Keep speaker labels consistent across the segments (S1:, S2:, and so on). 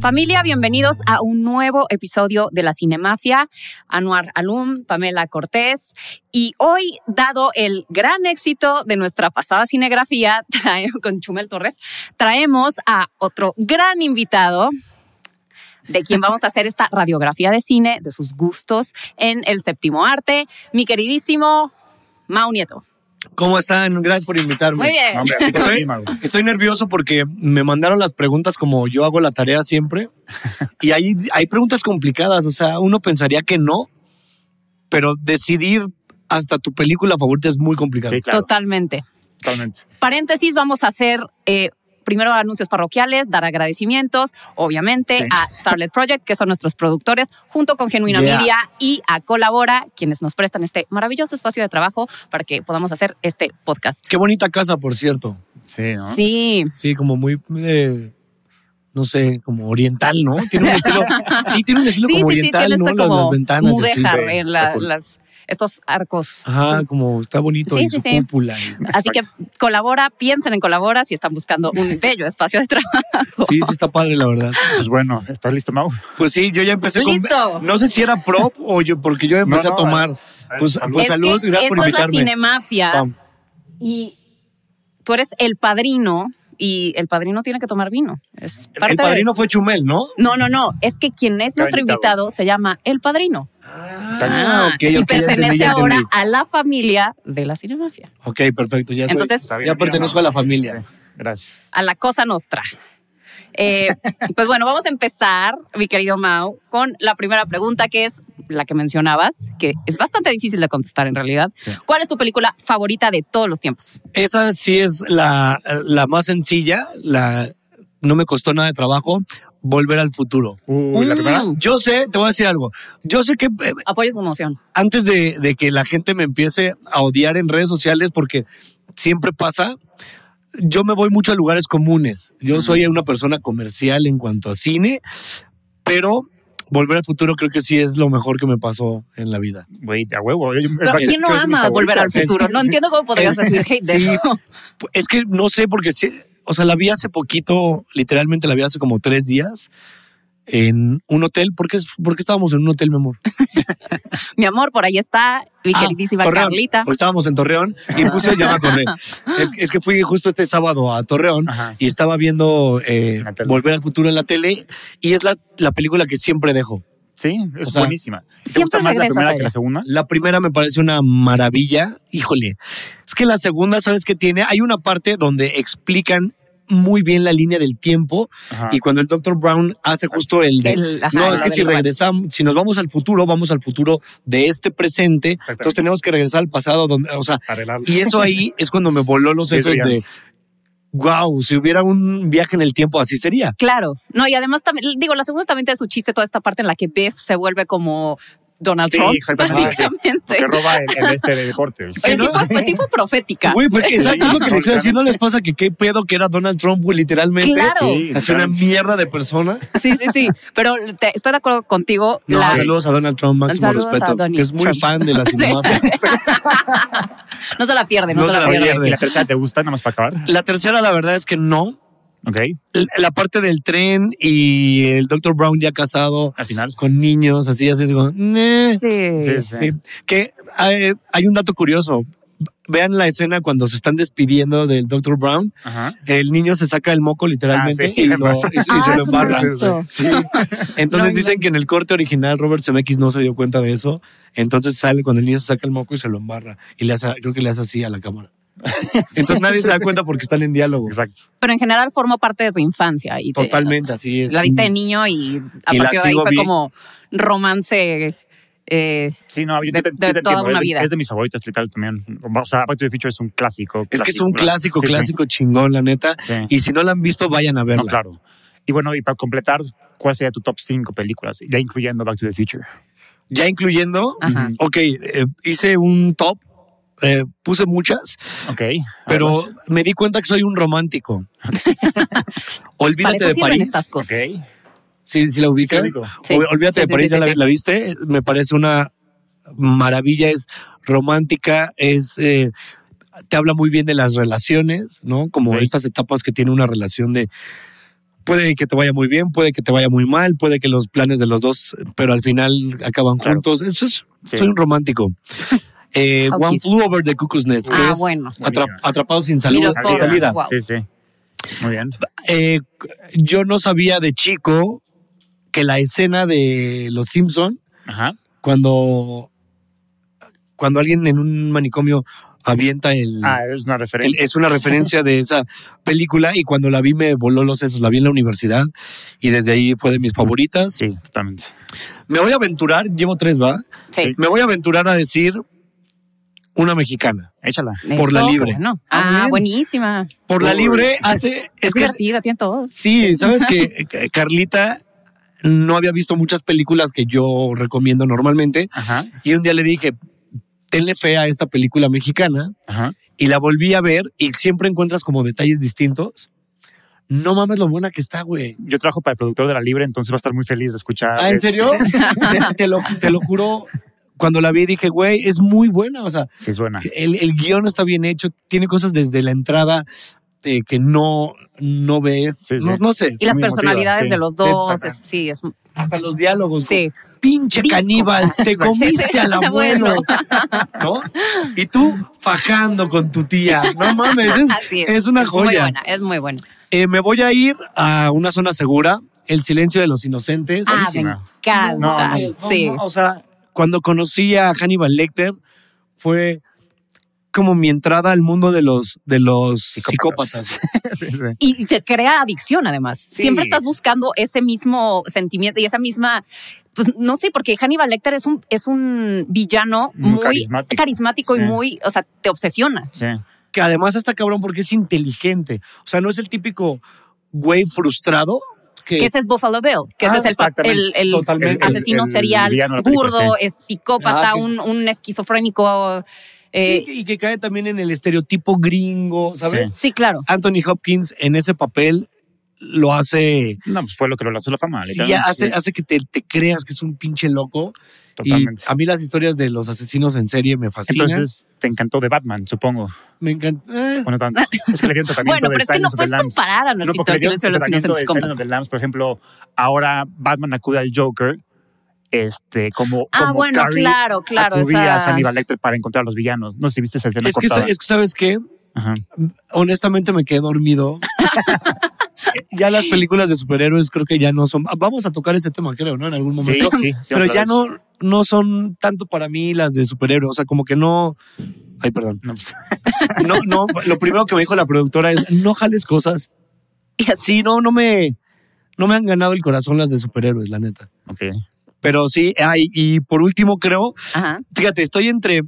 S1: Familia, bienvenidos a un nuevo episodio de La Cinemafia. Anuar Alum, Pamela Cortés. Y hoy, dado el gran éxito de nuestra pasada cinegrafía trae- con Chumel Torres, traemos a otro gran invitado de quien vamos a hacer esta radiografía de cine, de sus gustos en el séptimo arte, mi queridísimo Mau Nieto.
S2: ¿Cómo están? Gracias por invitarme.
S1: Muy bien.
S3: No, hombre, aquí te
S2: Estoy,
S3: anima, güey.
S2: estoy nervioso porque me mandaron las preguntas como yo hago la tarea siempre. Y hay, hay preguntas complicadas. O sea, uno pensaría que no, pero decidir hasta tu película favorita es muy complicado.
S3: Sí, claro,
S1: Totalmente.
S3: totalmente.
S1: Paréntesis, vamos a hacer eh, primero anuncios parroquiales, dar agradecimientos, obviamente,
S3: Sí.
S1: a Starlet Project, que son nuestros productores, junto con Genuina
S2: Yeah.
S1: Media y a Colabora, quienes nos prestan este maravilloso espacio de trabajo para que podamos hacer este podcast.
S2: Qué bonita casa, por cierto.
S3: Sí, ¿no?
S1: Sí,
S2: Sí, como muy... eh, no sé, como oriental, ¿no? Tiene un estilo, sí, tiene un estilo
S1: sí,
S2: como
S1: sí, sí,
S2: oriental,
S1: tiene
S2: ¿no?
S1: este
S2: Las-
S1: como
S2: las, ventanas. y así.
S1: mudéjar
S3: sí,
S1: en la-
S3: está cool.
S1: las, estos arcos.
S2: Ajá, como está bonito
S1: Sí,
S2: y
S1: sí,
S2: su
S1: sí.
S2: cúpula. y-
S1: Así que
S3: Exacto.
S1: colabora, piensen en colabora si están buscando un bello espacio de trabajo.
S2: Sí, sí, está padre, la verdad.
S3: Pues bueno, ¿estás listo, Mau?
S2: Pues sí, yo ya empecé con,
S1: Listo.
S2: No sé si era prop o yo, porque yo empecé
S3: No, ah, no,
S2: a tomar. Ah, Pues,
S3: Salud.
S2: pues
S1: Es
S2: salud,
S1: que
S2: gracias por
S1: esto es la
S2: invitarme.
S1: cinemafia.
S2: Pam.
S1: Y tú eres el padrino y el padrino tiene que tomar vino. Es parte
S2: El
S1: de-
S2: padrino fue Chumel, ¿no?
S1: No, no, no. Es que quien es nuestro
S3: Carnita,
S1: invitado se llama el padrino.
S3: pues,
S2: Ah, ok,
S1: y
S2: ok, ya entendí,
S1: pertenece
S2: ya
S1: ahora
S2: entendí.
S1: a la familia de la cinemafia.
S2: Ok, perfecto, ya soy-
S1: Entonces,
S3: Sabía,
S2: ya
S3: mira,
S2: pertenezco
S3: no.
S2: a la familia.
S3: Sí, Gracias.
S1: a la cosa nostra. Eh, pues bueno, vamos a empezar, mi querido Mau, con la primera pregunta que es la que mencionabas, que es bastante difícil de contestar en realidad.
S3: Sí.
S1: ¿Cuál es tu película favorita de todos los tiempos?
S2: Esa sí es la, la más sencilla, la no me costó nada de trabajo, volver al futuro.
S3: Uy, la primera.
S1: Mm,
S2: Yo sé, te voy a decir algo. Yo sé que eh,
S1: Apoyo tu emoción.
S2: antes de, de que la gente me empiece a odiar en redes sociales, porque siempre pasa, yo me voy mucho a lugares comunes. Yo soy una persona comercial en cuanto a cine, pero Volver al Futuro creo que sí es lo mejor que me pasó en la vida.
S3: Güey, a huevo. Yo-
S1: Pero
S3: es-
S1: ¿quién no
S3: creo que es mi
S1: ama volver al
S3: favorita.
S1: futuro? No entiendo cómo podrías recibir hate de
S2: sí.
S1: eso.
S2: Es que no sé, porque, sí, o sea, la vi hace poquito, literalmente la vi hace como tres días en un hotel. ¿Por qué, por qué estábamos en un hotel, mi amor?
S1: Mi amor, por ahí está mi
S2: Ah,
S1: queridísima
S2: Torreón.
S1: Carlita.
S2: Pues estábamos en Torreón y puse, ya me acordé. Es, es que fui justo este sábado a Torreón
S3: Ajá.
S2: y estaba viendo eh,
S3: La tele.
S2: Volver al Futuro en la tele y es la, la película que siempre dejo.
S3: Sí, es
S2: O sea,
S3: buenísima. ¿Te gusta
S1: siempre
S3: más la
S1: regresas a
S3: primera que
S1: ella.
S3: la segunda?
S2: La primera me parece una maravilla. Híjole, es que la segunda, ¿sabes qué tiene? Hay una parte donde explican muy bien la línea del tiempo
S3: Ajá.
S2: y cuando el Dr. Brown hace justo el de...
S1: El- ajá,
S2: no,
S1: la
S2: es que
S1: del
S2: si
S1: romance.
S2: regresamos, si nos vamos al futuro, vamos al futuro de este presente,
S3: Exactamente.
S2: entonces tenemos que regresar al pasado, donde, o sea,
S3: Arreglarla.
S2: Y eso ahí es cuando me voló los
S3: Sí, es
S2: sesos de,
S3: brillante.
S2: wow, si hubiera un viaje en el tiempo, así sería.
S1: Claro. No, y además también, digo, la segunda también tiene su chiste toda esta parte en la que Biff se vuelve como Donald
S3: Sí,
S1: Trump,
S3: exactamente.
S1: básicamente.
S3: Porque roba el, el este de deportes.
S1: Oye,
S2: ¿no?
S1: sí fue- pues sí fue profética.
S2: Güey, porque exacto es lo que les iba a decir.
S3: Claro.
S2: ¿No les pasa que qué pedo que era Donald Trump, güey, literalmente?
S1: Claro.
S3: Sí,
S2: Hace una mierda de persona.
S1: Sí, sí, sí. Pero te- estoy de acuerdo contigo.
S2: No,
S1: la-
S2: saludos a Donald Trump, máximo
S1: Saludos a
S2: respeto.
S1: Donnie
S2: que es muy
S1: Trump.
S2: fan de la cinema.
S1: no se la pierde, no, se la pierde.
S3: ¿Y la tercera te gusta, nada más para acabar?
S2: La tercera, la verdad es que no.
S3: Ok,
S2: L- La parte del tren y el Dr. Brown ya casado
S3: al final.
S2: con niños, así, así, así como, "Neh".
S1: Sí.
S3: Sí,
S2: Sí. Que hay, hay un dato curioso. Vean la escena cuando se están despidiendo del Dr. Brown.
S3: Ajá.
S2: El niño se saca el moco literalmente
S3: Ah, sí.
S2: y, lo- y- y
S1: Ah,
S2: se lo
S1: eso no lo
S2: embarra.
S1: he visto.
S2: Sí. Entonces
S1: No,
S2: dicen que en el corte original Robert Zemeckis no se dio cuenta de eso. Entonces sale cuando el niño se saca el moco y se lo embarra. Y le hace, creo que le hace así a la cámara. Entonces nadie se da cuenta porque están en diálogo.
S3: Exacto.
S1: Pero en general formó parte de tu infancia. Y te-
S2: Totalmente, así es.
S1: La viste de niño y a
S2: Mm. Y la
S1: partir de ahí
S2: sigo
S1: fue
S2: vi-
S1: como romance. eh,
S3: Sí, no, yo
S1: De-
S3: te-
S1: de
S3: yo te
S1: toda
S3: entiendo,
S1: una
S3: es,
S1: vida.
S3: es de mis favoritas, literal, también. O sea, Back to the Future es un clásico.
S2: Es que es un clásico,
S3: Sí, sí.
S2: clásico chingón, la neta.
S3: Sí.
S2: Y si no la han visto, vayan a
S3: No,
S2: verla.
S3: claro. Y bueno, y para completar, ¿cuál sería tu top 5 películas? Ya incluyendo Back to the Future.
S2: Ya incluyendo,
S1: Ajá.
S2: Ok, eh, hice un top, eh, puse muchas,
S3: Ok.
S2: pero me di cuenta que soy un romántico.
S1: Para
S2: Olvídate
S1: eso
S2: de
S1: sirven
S2: París.
S1: estas
S3: Ok.
S1: cosas.
S2: Si, si la ubicas.
S3: Sí, lo ubico.
S1: Sí.
S2: Ol-
S1: Sí,
S2: Olvídate de
S1: sí,
S2: París,
S1: sí,
S2: ya la,
S1: sí.
S2: la viste. Me parece una maravilla, es romántica, es. eh, te habla muy bien de las relaciones, ¿no? Como
S3: Sí.
S2: estas etapas que tiene una relación de Puede que te vaya muy bien, puede que te vaya muy mal, puede que los planes de los dos, pero al final acaban
S3: Claro.
S2: juntos. Eso es,
S3: Sí.
S2: soy un romántico. Eh,
S1: Ok.
S2: One Flew Over the Cuckoo's Nest, que
S1: Ah,
S2: es
S1: bueno.
S2: Atra-
S3: Buenísima.
S2: atrapado sin
S1: Y
S2: salida.
S1: los
S3: Así
S2: sin
S3: era.
S1: Corman,
S2: salida.
S1: guau.
S3: Sí, sí. Muy bien.
S2: Eh, yo no sabía de chico que la escena de Los Simpson
S3: Ajá.
S2: cuando cuando alguien en un manicomio avienta el,
S3: Ah, es una
S2: el-
S3: referencia.
S2: es una referencia de esa película y cuando la vi me voló los sesos, la vi en la universidad y desde ahí fue de mis favoritas.
S3: Sí, totalmente.
S2: Me voy a aventurar, llevo tres, ¿va?
S1: Sí.
S2: Me voy a aventurar a decir una mexicana.
S3: Échala.
S2: Por la
S1: Eso,
S2: libre.
S1: bueno.
S2: Ah,
S1: Ah,
S2: bien.
S1: buenísima.
S2: Por la
S3: Uy.
S2: libre hace...
S1: Es
S2: Es que
S1: divertida, tienen todos.
S2: Sí, sabes que Carlita no había visto muchas películas que yo recomiendo normalmente
S3: Ajá.
S2: y un día le dije, tenle fe a esta película mexicana
S3: Ajá.
S2: y la volví a ver y siempre encuentras como detalles distintos. No mames lo buena que está, güey.
S3: Yo trabajo para el productor de La Libre, entonces va a estar muy feliz de escuchar.
S2: Ah, ¿en
S3: esto.
S2: serio? te, te lo, te lo juro. Cuando la vi dije, güey, es muy buena. O sea,
S3: Sí, es buena.
S2: el, el guión está bien hecho, tiene cosas desde la entrada eh, que no, no ves.
S3: Sí, sí.
S2: No, no sé.
S1: Y las
S3: muy emotiva,
S1: personalidades
S3: sí.
S1: de los
S3: Sí,
S1: dos.
S3: saca.
S1: es- sí, es.
S2: Hasta los diálogos. güey.
S1: Sí.
S2: pinche
S1: Disco.
S2: caníbal, te comiste al
S1: Bueno.
S2: abuelo, ¿no? Y tú fajando con tu tía, no mames, es,
S1: Así es.
S2: es una
S1: Muy
S2: joya.
S1: buena, es muy buena.
S2: Eh, me voy a ir a una zona segura, el silencio de los inocentes.
S1: Ah, me
S3: Buenísima.
S1: encanta.
S3: No,
S2: mames, no,
S1: sí.
S2: no, o sea, cuando conocí a Hannibal Lecter fue como mi entrada al mundo de los de los
S3: Psicópatas.
S2: psicópatas.
S3: Sí, sí.
S1: Y te crea adicción, además.
S3: Sí.
S1: Siempre estás buscando ese mismo sentimiento y esa misma. Pues no sé, porque Hannibal Lecter es un, es un villano
S3: Muy
S1: muy,
S3: carismático.
S1: carismático,
S3: Sí.
S1: y muy. O sea, te obsesiona.
S3: Sí.
S2: Que además está cabrón porque es inteligente. O sea, no es el típico güey frustrado que,
S1: Que ese es Buffalo Bill, que
S2: Ah,
S1: ese es el, pa- el,
S2: exactamente.
S1: el
S2: Totalmente.
S1: asesino
S3: El- el
S1: serial
S3: villano de la película,
S1: burdo,
S3: sí.
S1: es psicópata,
S2: Ah, que-
S1: un, un esquizofrénico. eh,
S2: Sí, y que cae también en el estereotipo gringo, ¿sabes?
S3: Sí.
S1: sí, claro.
S2: Anthony Hopkins en ese papel lo hace.
S3: No, pues fue lo que lo lanzó a la fama.
S2: sí,
S3: literalmente,
S2: hace,
S3: sí.
S2: hace que te, te creas que es un pinche loco.
S3: Totalmente.
S2: Y a mí las historias de los asesinos en serie me fascinan.
S3: Entonces, te encantó de Batman, supongo.
S2: me encanta. eh,
S3: Bueno, tanto. Es que le dio un tratamiento
S1: Bueno,
S3: de
S1: pero es que no
S3: Silence of the
S1: puedes
S3: Lambs.
S1: comparar a
S3: No,
S1: nuestro
S3: porque le dio un
S1: Silencio de los
S3: tratamiento de
S1: Inocentes con
S3: Silence of the Lambs. Por ejemplo, ahora Batman acude al Joker este, como,
S1: Ah,
S3: como
S1: bueno,
S3: Carrie
S1: claro, claro,
S3: acudía
S1: esa-
S3: a Hannibal Lecter para encontrar a los villanos. No sé si viste esa escena
S2: es, que,
S3: cortada.
S2: sa- es que, ¿sabes qué?
S3: Ajá.
S2: Honestamente me quedé dormido. ya las películas de superhéroes creo que ya no son. Vamos a tocar ese tema, creo, ¿no? En algún
S3: Sí,
S2: momento.
S3: sí, sí,
S2: pero
S3: otra
S2: ya
S3: vez.
S2: no, no son tanto para mí las de superhéroes. O sea, como que no. Ay, perdón.
S3: No, pues,
S2: No, no, lo primero que me dijo la productora es no jales cosas.
S1: Y así,
S2: Sí, no, no me, no me han ganado el corazón las de superhéroes, la neta.
S3: ok.
S2: Pero sí, ay, y por último creo,
S1: Ajá.
S2: fíjate, estoy entre,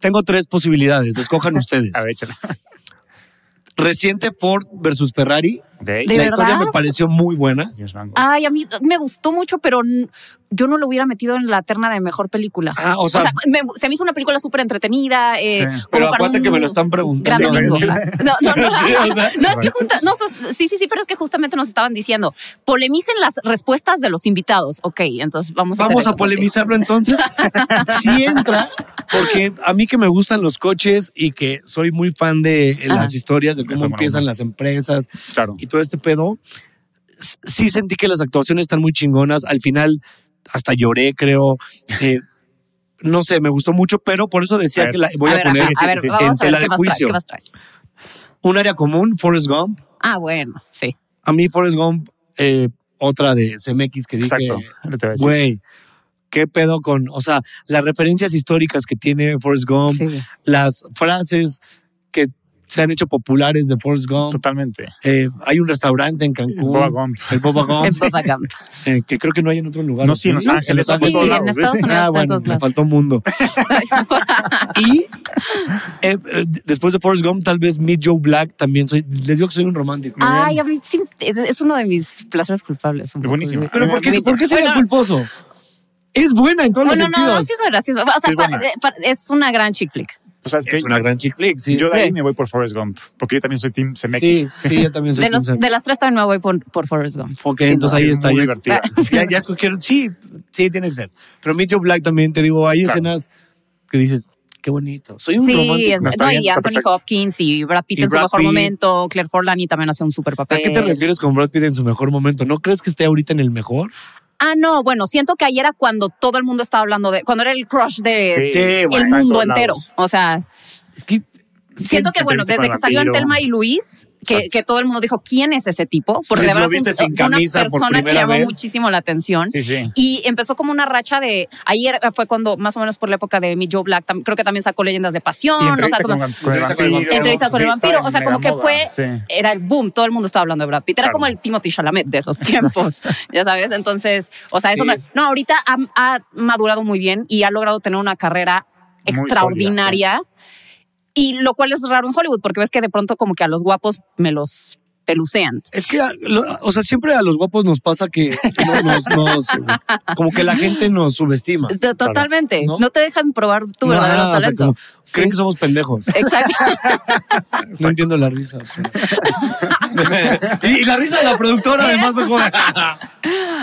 S2: tengo tres posibilidades, escojan ustedes.
S3: A ver, échala.
S2: Reciente Ford versus Ferrari,
S3: Ok.
S1: ¿De Ah.
S2: la historia
S1: verdad?
S2: me pareció muy buena.
S3: Dios, Van Gogh.
S1: Ay, a mí me gustó mucho, pero n- yo no lo hubiera metido en la terna de mejor película.
S2: Ah, o
S1: O sea,
S2: sea,
S1: me- se me hizo una película súper entretenida. eh,
S3: Sí.
S1: como
S2: pero
S1: para
S2: aparte
S1: un
S2: que me lo están
S1: gran
S2: preguntando.
S1: domingo.
S3: Sí,
S1: No, no, no.
S2: Sí, o sea,
S1: No, es que justa- no, sos- sí, sí, sí, pero es que justamente nos estaban diciendo, polemicen las respuestas de los invitados. Ok, entonces vamos a hacer
S2: Vamos
S1: eso
S2: a
S1: contigo.
S2: polemizarlo entonces. Si entra, porque a mí que me gustan los coches y que soy muy fan de eh,
S1: Ajá.
S2: las historias de
S3: Está
S2: cómo
S3: bueno,
S2: empiezan
S3: bueno.
S2: las empresas
S3: Claro.
S2: y todo este pedo, s- sí sentí que las actuaciones están muy chingonas. Al final hasta lloré, creo. Eh, no sé, me gustó mucho, pero por eso decía
S3: A ver.
S2: que la voy a,
S1: ver,
S2: poner
S1: ajá, a ver,
S2: en
S1: vamos a ver
S2: tela
S1: qué
S2: de
S1: más
S2: juicio.
S1: traes, qué más traes.
S2: Un área común, Forrest Gump.
S1: Ah, bueno, sí.
S2: A mí Forrest Gump, eh, otra de CMX que dije,
S3: Exacto. Ahora te voy a decir.
S2: Güey, qué pedo con, o sea, las referencias históricas que tiene Forrest Gump,
S1: sí.
S2: las frases que se han hecho populares de Forrest Gump.
S3: Totalmente.
S2: Eh, hay un restaurante en Cancún,
S3: Boba Gump.
S2: el Boba Gump,
S1: Es Boba Gump.
S2: eh, que creo que no hay en otro lugar.
S3: No, sí, en Los Ángeles,
S1: Sí,
S3: todos
S1: en
S3: lados,
S1: Estados
S3: ese.
S1: Unidos
S2: Ah,
S1: está en
S2: bueno,
S1: todos
S2: me
S1: lados.
S2: faltó mundo. y eh, eh, después de Forrest Gump, tal vez Meet Joe Black también soy. Les digo que soy un romántico.
S1: Ay, a mí sí, es- es uno de mis placeres culpables. un poco.
S3: Buenísimo.
S2: Pero ¿por qué, ¿por qué sería
S1: Bueno,
S2: culposo? Es buena en todos
S1: Bueno,
S2: los
S1: no,
S2: sentidos.
S1: sí es buena, sí es buena. O sea,
S3: Sí es
S1: pa-
S3: buena.
S1: eh, pa- es una gran chick flick.
S3: Pues, ¿sabes qué?
S2: Es una gran chick flick, sí.
S3: Yo de ahí
S1: Sí.
S3: me voy por Forrest Gump, porque yo también soy Team Cemex.
S2: Sí, sí, yo también soy
S1: De, los-
S2: Team Sam.
S1: de las tres también me voy por, por Forrest Gump.
S2: Ok,
S1: Sin
S2: entonces
S1: duda.
S2: pues ahí
S3: Es
S2: está.
S3: muy
S2: Ya,
S3: divertida.
S1: Ah.
S2: ya, ya escogieron. Sí, sí, tiene que ser. Pero Meet Joe Black también, te digo, hay
S3: Claro.
S2: escenas que dices, qué bonito. Soy un
S1: sí,
S2: romántico.
S1: es-
S3: No, está
S1: no,
S3: bien,
S1: y
S3: está
S1: Anthony
S3: perfecto.
S1: Hopkins y Brad Pitt
S2: Y
S1: en su
S2: Brad
S1: mejor
S2: Pitt.
S1: momento. Claire Forlani también hace un super
S2: ¿A
S1: papel.
S2: qué te refieres con Brad Pitt en su mejor momento? ¿No crees que esté ahorita en el mejor?
S1: Ah, no, bueno, siento que ayer era cuando todo el mundo estaba hablando de. Cuando era el crush de
S2: Sí,
S1: el
S2: bueno,
S3: está en
S1: mundo
S3: todos
S1: entero.
S3: lados.
S1: O sea,
S2: Es que
S1: siento que, bueno,
S3: entrevista
S1: desde
S3: con
S1: que salió en
S3: Vampiro.
S1: Telma y Luis, que,
S3: Exacto.
S1: que todo el mundo dijo, ¿quién es ese tipo? Porque
S2: Sí,
S1: de
S2: lo
S1: verdad fue
S2: viste
S1: un-
S2: sin
S1: fue una
S2: camisa por
S1: persona que
S2: primera
S1: llamó
S2: vez.
S1: muchísimo la atención.
S3: Sí, sí.
S1: Y empezó como una racha de. Ayer fue cuando, más o menos por la época de mi Joe Black, tam- creo que también sacó Leyendas de Pasión. o
S3: Y
S1: sea,
S3: entrevista
S1: como-
S3: con, con el
S2: Entrevista con el
S3: vampiro.
S2: vampiro.
S1: Entrevista con el
S3: Sí, está
S1: vampiro,
S3: en
S1: o sea, como que
S3: megamoda.
S1: fue-
S3: Sí.
S1: era el boom, todo el mundo estaba hablando de Brad Pitt, era
S3: Claro.
S1: como el Timothy Chalamet de esos tiempos, ya sabes, entonces, o sea, eso
S3: Sí.
S1: me- no, ahorita ha, ha madurado muy bien y ha logrado tener una carrera
S3: Muy
S1: extraordinaria y lo cual es raro en Hollywood porque ves que de pronto como que a los guapos me los pelucean.
S2: Es que, a- lo- o sea, siempre a los guapos nos pasa que no- nos, nos- como que la gente nos subestima.
S1: T- Totalmente,
S2: Ah, ¿No?
S1: no te dejan probar tu
S2: No,
S1: verdadero
S2: o sea,
S1: talento.
S2: como creen
S1: Sí.
S2: que somos pendejos.
S1: Exacto.
S2: No entiendo la risa. pero- y, y la risa de la productora, además, me jode.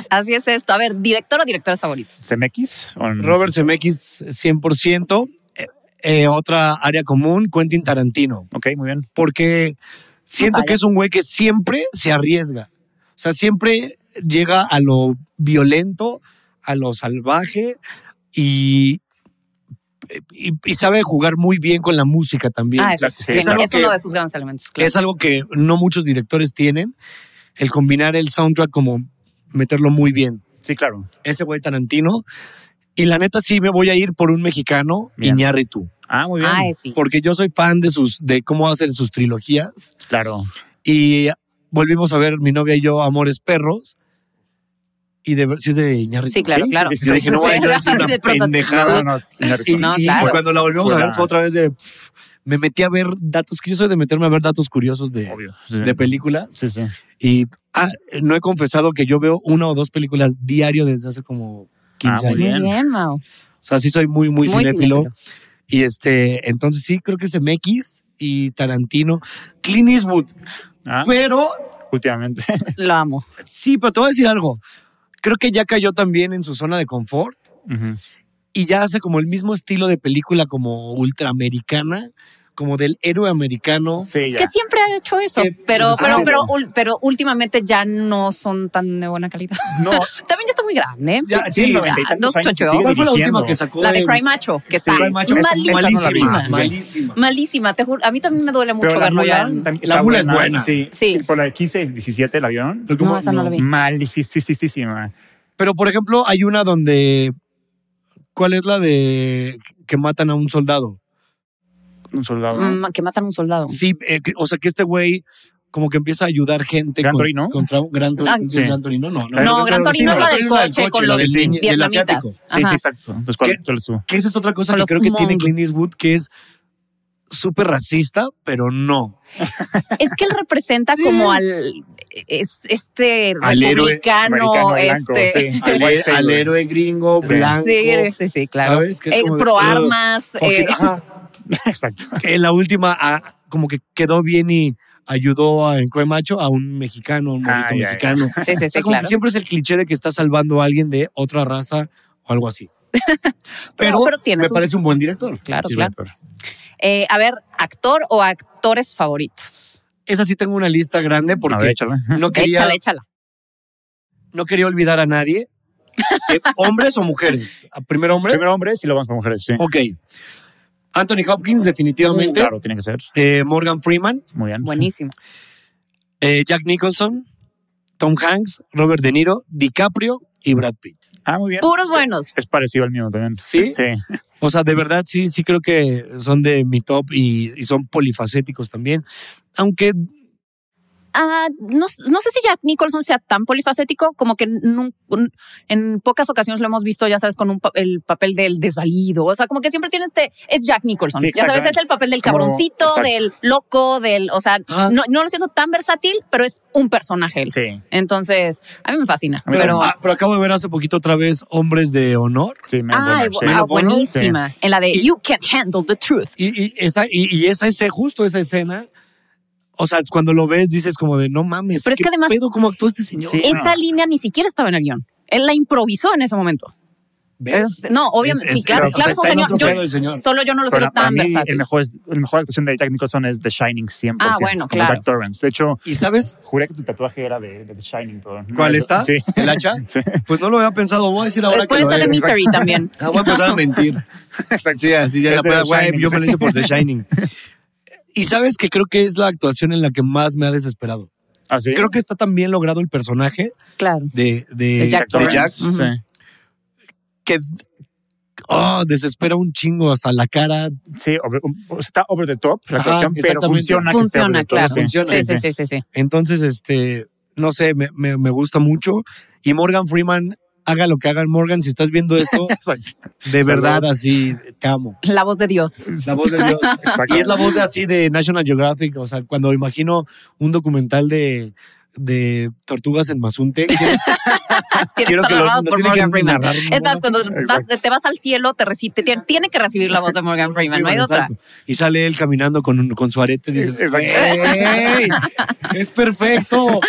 S1: Así es esto. A ver, director o directores favoritos.
S3: ¿Cemex? o no?
S2: Robert Zemeckis, 100%. Eh, eh, otra área común, Quentin Tarantino.
S3: Ok, muy bien.
S2: porque siento
S1: Vaya.
S2: que es un güey que siempre se arriesga. O sea, siempre llega a lo violento, a lo salvaje y, y, y sabe jugar muy bien con la música también.
S1: Ah, eso
S3: la-
S1: es,
S3: sí,
S1: bien,
S2: es algo
S1: es uno
S2: que-
S1: de sus grandes elementos. claro.
S2: es algo que no muchos directores tienen, el combinar el soundtrack como meterlo muy bien.
S3: Sí, claro.
S2: Ese güey Tarantino. Y la neta sí me voy a ir por un mexicano,
S3: Bien.
S2: Iñárritu,
S3: Ah, muy bien.
S1: Ah, es- sí.
S2: porque yo soy fan de sus de cómo hacen sus trilogías.
S3: Claro.
S2: Y volvimos a ver mi novia y yo Amores Perros. Y de ver si es de Iñárritu.
S1: Sí, claro,
S3: Sí,
S1: claro.
S3: sí,
S2: Yo dije, no voy a decir una
S1: De pronto-
S2: pendejada.
S3: no, no,
S2: Y,
S3: no.
S1: No,
S2: y
S1: claro.
S2: cuando la volvimos a
S3: Fuera.
S2: ver fue otra vez de... pff, Me metí a ver datos, que yo soy de meterme a ver datos curiosos de,
S3: Obvio.
S2: de películas.
S3: Sí, sí.
S2: Y ah, no he confesado que yo veo una o dos películas diario desde hace como 15
S3: Ah,
S2: años.
S3: muy
S1: Muy
S3: bien.
S1: bien, Mau.
S2: O sea, sí soy muy,
S1: Muy
S2: muy, cinéfilo.
S1: cinéfilo.
S2: Y este, entonces sí, creo que es MX y Tarantino. Clint Eastwood.
S3: Ah,
S1: Pues-
S2: Pero
S3: últimamente.
S1: Lo amo.
S2: Sí, pero te voy a decir algo. Creo que ya cayó también en su zona de confort
S3: Ujú.
S2: y ya hace como el mismo estilo de película como ultraamericana, como del héroe americano.
S3: Sí, ya.
S1: Que siempre ha hecho eso,
S2: Que-
S1: pero, pero,
S2: Claro.
S1: pero, ul- pero últimamente ya no son tan de buena calidad.
S3: No,
S1: También ya está muy grande.
S2: Ya,
S1: Sí,
S2: sí,
S1: ya,
S3: noventa y tantos
S1: dos
S3: años y
S1: chocho.
S3: sigue
S2: ¿Cuál fue la
S3: dirigiendo.
S2: última que sacó?
S1: La de
S2: en-
S1: Cry Macho, que
S3: Sí,
S1: está
S2: Cry Macho?
S3: Esa-
S1: malísima.
S3: esa no la vi.
S2: Malísima,
S3: Sí.
S2: malísima.
S1: malísima, te juro. A mí también me duele mucho
S3: pero la
S1: verlo ya.
S3: Mulan también
S2: La
S3: está
S2: Mulan es buena.
S3: Sí.
S1: Sí.
S3: Por la de 15 y 17 la vieron.
S2: Pero
S1: No, esa no la vi. Sí.
S3: Mal, sí, sí, sí, sí, sí, ma.
S2: Pero por ejemplo, hay una donde ¿cuál es la de que matan a un soldado?
S3: Un soldado.
S1: Mm, que matan a un soldado.
S2: Sí, eh, que- o sea, que este güey como que empieza a ayudar gente
S3: Gran
S2: con-
S3: Torino.
S2: contra un gran, Tor-
S1: Ah,
S3: sí.
S2: gran Torino, no, no.
S3: Pero
S1: No,
S3: no
S1: Gran
S3: creo-
S1: Torino
S3: sí,
S1: es la
S3: no,
S1: del
S2: Torino es la del
S1: coche con
S2: coche,
S1: los
S2: la del niño- del
S1: vietnamitas.
S2: asiático.
S3: Sí,
S1: Ajá.
S3: sí, exacto. Entonces, ¿cuál-
S2: ¿Qué?
S3: cuál es su?
S2: Que esa es otra cosa
S1: Con
S2: que
S1: los
S2: creo que tiene
S1: Hmong.
S2: Clint Eastwood, que es súper racista, pero no.
S1: Es que él representa como al es- este
S2: Al héroe
S1: republicano,
S3: Americano, blanco,
S1: este.
S3: sí.
S2: Al,
S3: White savior.
S2: al héroe gringo,
S3: Sí.
S2: blanco.
S1: Sí, sí, sí, claro.
S2: ¿Sabes? Que es
S1: Eh,
S2: como de, "Oh,
S1: pro
S2: "Ugh".
S1: armas.
S2: Porque,
S1: eh,
S2: ajá,
S3: Exacto.
S2: ah, que en la última, ah, como que quedó bien y ayudó a, en Cue Macho a un mexicano, un
S3: Ah,
S2: morrito
S3: ya, ya.
S2: mexicano. O
S1: sí, sí, sí,
S2: sea, como que
S1: claro.
S2: siempre es el cliché de que está salvando a alguien de otra raza o algo así. Pero,
S1: No, pero tiene
S2: me
S1: sus-
S2: parece un buen director.
S1: Claro,
S3: Sí,
S1: claro.
S3: doctor.
S1: Eh, a ver, actor o actores favoritos.
S2: Esa sí tengo una lista grande
S3: A ver,
S2: porque
S3: échala.
S2: no quería,
S1: Échala, échala.
S2: no quería olvidar a nadie. Eh, ¿Hombres o mujeres? ¿Primero hombres?
S3: Primero hombres y luego vamos con mujeres, sí.
S2: Ok. Anthony Hopkins, definitivamente.
S3: Claro, tiene que ser.
S2: Eh, Morgan Freeman,
S3: Muy bien.
S1: Buenísimo.
S2: eh, Jack Nicholson, Tom Hanks, Robert De Niro, DiCaprio y Brad Pitt.
S3: Ah, muy bien.
S1: Puros buenos.
S3: Es parecido al mío también.
S2: ¿Sí?
S3: Sí.
S2: O sea, de verdad, sí, sí creo que son de mi top y, y son polifacéticos también. Aunque
S1: Ah, no, no sé si Jack Nicholson sea tan polifacético como que nun- un- en pocas ocasiones lo hemos visto, ya sabes, con un pa- el papel del desvalido. O sea, como que siempre tiene este. Es Jack Nicholson.
S3: Sí,
S1: ya sabes, es el papel del
S3: Como-
S1: cabroncito,
S3: exacto.
S1: del loco, del. O sea,
S2: Ah.
S1: no, no lo siento tan versátil, pero es un personaje. él.
S3: Sí.
S1: Entonces, a mí me fascina.
S3: A mí
S1: pero.
S2: ah, pero acabo de ver hace poquito otra vez Hombres de Honor.
S3: Sí, me
S1: Ay,
S3: sí.
S1: ah,
S2: Mel Bonner,
S1: buenísima. En la de
S2: Y-
S1: You Can't Handle the Truth.
S2: Y, y esa, y, y esa ese, justo esa escena. O sea, cuando lo ves, dices como de no mames.
S1: Pero es
S2: ¿qué
S1: que además-
S2: pedo cómo actuó este señor?
S3: Sí.
S1: Esa línea ni siquiera estaba en el guión. Él la improvisó en ese momento.
S2: ¿Ves?
S1: Es- no, obviamente,
S2: Es-
S1: sí,
S2: es-
S1: claro,
S2: pero,
S1: claro,
S2: pues, está en
S1: Eugenio,
S2: otro
S1: yo-
S2: pedo el señor.
S1: solo yo no lo sé
S3: Pero para
S1: tan
S3: mí, el
S1: versátil.
S3: mejor, es- el mejor actuación de Jack Nicholson es The Shining 100%.
S1: Ah, bueno,
S3: es como
S1: claro.
S3: Jack Torrance. De hecho,
S2: ¿Y sabes
S3: juré que tu tatuaje era de, de The Shining. Pero no
S2: cuál
S3: era-
S2: está?
S3: Sí.
S2: ¿El hacha?
S3: Sí.
S2: Pues no lo había pensado. Voy a decir ahora que
S1: Puede
S2: lo
S1: ser de Misery
S2: es.
S1: también.
S2: Ah, voy a empezar a mentir.
S3: Exacto.
S2: Sí, así ya
S3: Es
S2: la
S3: de The
S2: peda, güey,
S3: Shining.
S2: yo me lo hice por The Shining. Y sabes que creo que es la actuación en la que más me ha desesperado.
S3: ¿Ah, sí?
S2: Creo que está tan bien logrado el personaje
S1: Claro.
S2: de, de,
S1: De Jack
S2: de
S1: Torrance.
S2: Jack
S1: Ujú.
S2: que oh, desespera un chingo hasta la cara.
S3: Sí, sí over- o sea, está over the top la
S2: Ajá,
S3: actuación, pero
S2: exactamente.
S3: funciona. que esté over
S1: Funciona,
S3: the top,
S1: claro.
S3: sí.
S2: Funciona.
S1: Sí, sí, sí, sí, sí.
S2: Entonces, este, no sé, me, me- me gusta mucho. Y Morgan Freeman, haga lo que haga Morgan, si estás viendo esto,
S3: Exacto.
S2: de verdad así te amo.
S1: La voz de Dios.
S2: La voz de Dios.
S3: Exacto.
S2: Y es la voz de así de National Geographic. O sea, cuando imagino un documental de, de tortugas en Mazunte, quiero-
S1: Tienes
S2: quiero
S1: que
S2: que lo
S1: narrado
S2: lo
S1: por
S2: tiene que
S1: Morgan Freeman.
S2: narrar
S1: Es más, cuando vas-
S3: Exacto.
S1: te vas al cielo, te reci- te tiene, tiene que recibir la voz de Morgan Freeman, no hay otra.
S2: Exacto. Y sale él caminando con, un- con su arete y dices,
S3: Exacto.
S2: "Ey, ¡Es perfecto!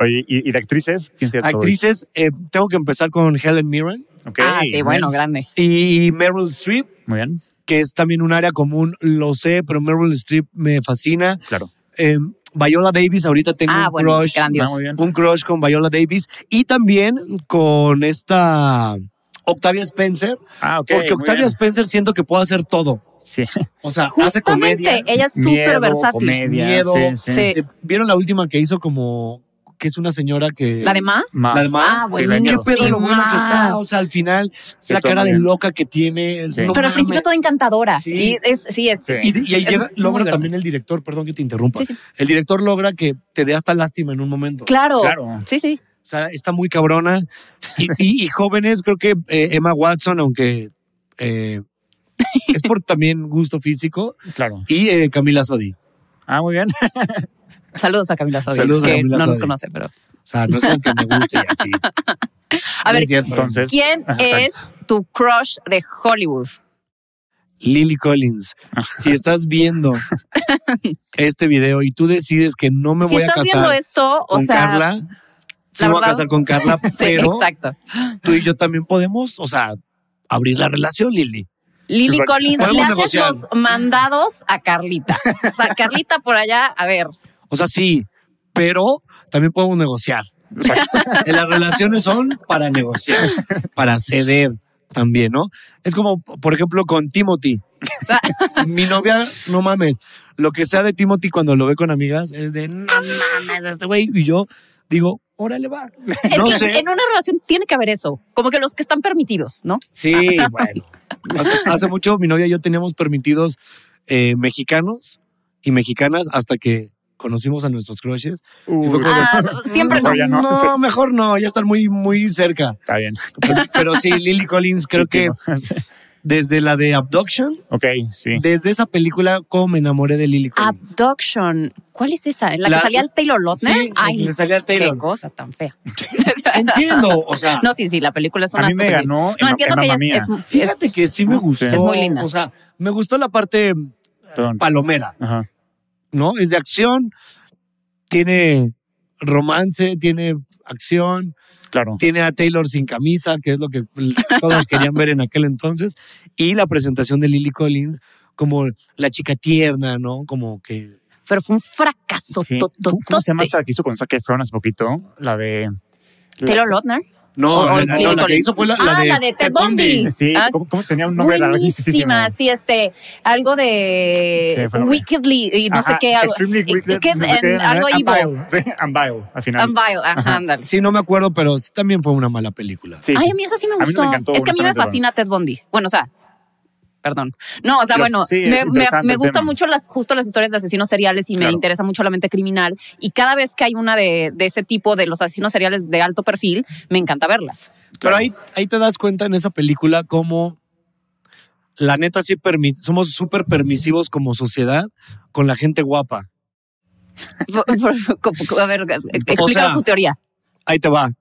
S3: Oye, ¿y, y de actrices? ¿Quién sería tu
S2: Actrices, eh, tengo que empezar con Helen Mirren
S3: favorito? Ok,
S1: Ah, sí,
S3: bien.
S1: bueno, grande.
S2: y Meryl Streep,
S3: Muy bien,
S2: que es también un área común, lo sé, pero Meryl Streep me fascina.
S3: claro.
S2: Eh, Viola Davis, ahorita tengo
S1: Ah,
S2: un
S1: bueno,
S2: crush.
S1: grandioso.
S3: Ah, muy bien.
S2: Un crush con Viola Davis y también con esta Octavia Spencer,
S3: Ah, ok.
S2: porque
S3: muy
S2: Octavia
S3: bien.
S2: Spencer siento que puede hacer todo.
S3: Sí.
S2: O sea, hace comedia.
S1: Justamente, eh, ella es súper
S3: Miedo,
S1: versátil.
S3: Comedia,
S2: Miedo.
S3: Sí, sí.
S1: Sí.
S2: Eh, ¿Vieron la última que hizo como que es una señora que.
S1: ¿La de Ma?
S3: Ma.
S2: La de Ma.
S1: Ah,
S3: sí,
S1: bueno.
S3: la de
S2: ¿Qué
S3: miedo.
S2: pedo lo buena que está? O sea, al final,
S3: Sí,
S2: la
S3: todo
S2: cara
S3: muy
S2: de
S3: bien.
S2: loca que tiene.
S3: Sí.
S2: no
S1: Pero al principio
S2: mames.
S1: todo encantadora.
S2: Sí.
S1: Y es, sí, es.
S3: Sí.
S2: Y, de- y ahí
S1: Es
S2: llega-
S1: muy
S2: logra
S1: gracioso.
S2: también el director, perdón que te interrumpa.
S1: Sí, sí.
S2: El director logra que te dé hasta lástima en un momento.
S1: Claro.
S3: Claro.
S1: Sí, sí.
S2: O sea, está muy cabrona. Y, y- y jóvenes, creo que eh, Emma Watson, aunque eh, es por también gusto físico,
S3: Claro.
S2: y eh, Camila Sodi.
S3: Ah, muy bien.
S1: Saludos a Camila Sodi,
S2: Saludos a
S1: que
S2: Camila
S1: no nos
S2: Sodi.
S1: conoce, pero.
S2: O sea, no es como que me guste y así.
S1: A
S2: No
S1: ver,
S2: es cierto.
S3: Entonces.
S1: ¿quién
S3: Ajá, exacto.
S1: es tu crush de Hollywood?
S2: Lily Collins, si estás viendo este video y tú decides que no me
S1: si
S2: voy a
S1: estás viendo
S2: casar
S1: esto, o
S2: con
S1: sea.
S2: Carla, sí me voy a
S1: verdad-
S2: casar con Carla,
S1: sí,
S2: pero pues
S1: exacto.
S2: tú y yo también podemos, o sea, abrir la relación, Lily.
S1: Lily
S3: Exacto.
S1: Collins, le
S2: Podemos
S1: haces
S2: negociar.
S1: los mandados a Carlita. O sea, Carlita por allá, a ver.
S2: O sea, sí, pero también podemos negociar.
S3: Exacto.
S2: Eh, Las relaciones son para negociar, para ceder también, ¿no? Es como, por ejemplo, con Timothy. Mi novia, no mames, lo que sea de Timothy cuando lo ve con amigas es de, no mames, este güey. Y yo digo, órale va.
S1: Es
S2: No
S1: que
S2: sé.
S1: en una relación tiene que haber eso. Como que los que están permitidos, ¿no?
S2: Sí, bueno. Hace, hace mucho mi novia y yo teníamos permitidos eh, mexicanos y mexicanas hasta que conocimos a nuestros crushes. Y fue como de,
S1: Ah, siempre no.
S3: Mejor ya no.
S2: No, mejor no, ya están muy, muy cerca.
S3: Está bien.
S2: Pues, pero sí, Lily Collins, creo que desde la de Abduction,
S3: Ok, sí.
S2: desde esa película, cómo me enamoré de Lily Collins.
S1: Abduction. ¿Cuál es esa? ¿En la,
S2: La-
S1: que salía el Taylor Lautner?
S2: Sí,
S1: Ay,
S2: le salía
S1: qué
S2: Taylor.
S1: cosa tan fea.
S2: Entiendo, o sea,
S1: No, sí, sí, la película es una
S3: A mí me
S1: estupidez.
S3: ganó
S1: No,
S3: en,
S1: entiendo que
S3: Mamma
S1: ella es-
S3: Mía.
S1: es, es-
S2: fíjate que sí me gustó.
S1: Es muy linda.
S2: O sea, me gustó la parte
S3: Perdón.
S2: palomera,
S3: Ajá.
S2: ¿no? Es de acción, tiene romance, tiene acción,
S3: Claro.
S2: tiene a Taylor sin camisa, que es lo que todas querían ver en aquel entonces, y la presentación de Lily Collins como la chica tierna, ¿no? Como que
S1: pero fue un fracaso.
S3: Sí.
S1: tototote.
S3: ¿Cómo cómo se llama esta que hizo con Zac Efron hace poquito? La de...
S1: Taylor Lautner.
S2: No,
S1: O- o
S2: la, no,
S1: Lily
S2: la que
S1: Collins.
S2: hizo fue la,
S1: Ah,
S2: de,
S1: la de Ted Bundy.
S3: Sí,
S1: Ah,
S3: ¿cómo, cómo tenía un nombre larguísimo?
S1: Buenísima, sí, este, algo
S3: Sí,
S1: de
S3: fue lo que-
S1: Wickedly y no sé
S3: Ajá,
S1: qué, algo,
S3: Extremely
S1: y-
S3: wicked,
S1: que-
S3: no sé qué,
S1: en- algo
S3: and
S1: evil.
S3: vile, Sí, and vile, al final.
S1: And Vile, ajá, ándale.
S2: Sí, no me acuerdo, pero también fue una mala película.
S3: Sí,
S1: Ay,
S3: sí.
S1: a mí esa sí me
S3: mí me
S1: gustó.
S3: encantó,
S1: es que a mí me
S3: honestamente,
S1: fascina Ted Bundy. Bueno, o sea, perdón. No, o sea,
S3: Los-
S1: bueno,
S3: sí, es
S1: me, me-
S3: interesante
S1: me
S3: el
S1: gustan
S3: tema.
S1: mucho las, justo las historias de asesinos seriales y me
S3: Claro.
S1: interesa mucho la mente criminal. Y cada vez que hay una de, de ese tipo de los asesinos seriales de alto perfil, me encanta verlas.
S2: Pero ahí, ahí te das cuenta en esa película cómo la neta sí permi- somos súper permisivos como sociedad con la gente guapa.
S1: a ver, explica
S2: sea,
S1: tu teoría. Ah,
S2: Ahí te va.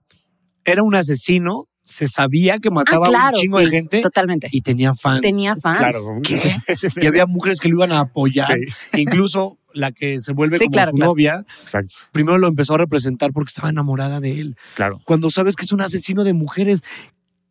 S2: Era un asesino, se sabía que
S1: Ah,
S2: mataba a un
S1: claro,
S2: chingo
S1: sí,
S2: de gente
S1: totalmente.
S2: y tenía fans.
S1: Tenía fans.
S3: Claro.
S2: ¿Qué?
S3: Sí, sí,
S2: Y
S3: sí.
S2: había mujeres que lo iban a apoyar. e Incluso la que se vuelve
S1: Sí,
S2: como
S1: claro,
S2: su
S1: claro.
S2: novia,
S3: Exacto,
S2: primero lo empezó a representar porque estaba enamorada de él.
S3: claro.
S2: cuando sabes que es un asesino de mujeres.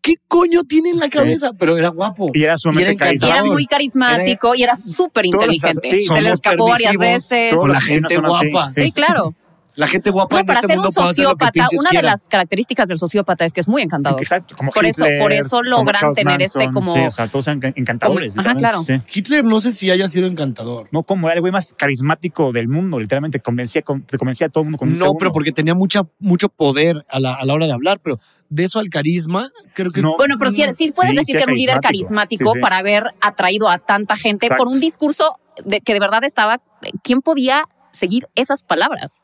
S2: ¿qué coño tiene en la
S3: Sí.
S2: cabeza? Pero era guapo.
S3: Y era sumamente
S2: Y era
S1: Y era
S2: Cabrón.
S1: muy carismático y era súper
S3: Todos los-
S1: inteligente.
S3: sí,
S1: Se le
S3: somos
S1: escapó varias
S2: permisivos,
S1: veces.
S3: todos
S2: Con la
S3: los vecinos
S2: gente
S3: son así.
S2: guapa.
S1: Sí, claro.
S2: La gente guapa
S1: Bueno,
S2: en
S1: para
S2: este
S1: ser un
S2: mundo puede hacer lo que
S1: sociópata,
S2: pinches
S1: una de
S2: quieran.
S1: las características del sociópata es que es muy encantador.
S3: Exacto, como
S1: Por eso-
S3: Hitler,
S1: por eso
S3: como
S1: logran
S3: Charles
S1: tener este
S3: Manson,
S1: como-
S3: Sí, o sea, todos eran encantadores.
S1: Como- ajá,
S3: literalmente, sí.
S2: Hitler no sé si haya sido encantador.
S3: No, como era el güey más carismático del mundo, literalmente convencía, con- te convencía a todo el mundo con un
S2: no,
S3: segundo.
S2: pero porque tenía mucha, mucho poder a la, a la hora de hablar, pero de eso al carisma, creo que...
S3: No.
S1: Bueno, pero sí, sí puedes
S3: Sí,
S1: decir
S3: sí,
S1: que era un líder carismático
S3: carismático. Sí, sí.
S1: para haber atraído a tanta gente
S3: Exacto.
S1: por un discurso de, que de verdad estaba. ¿Quién podía seguir esas palabras?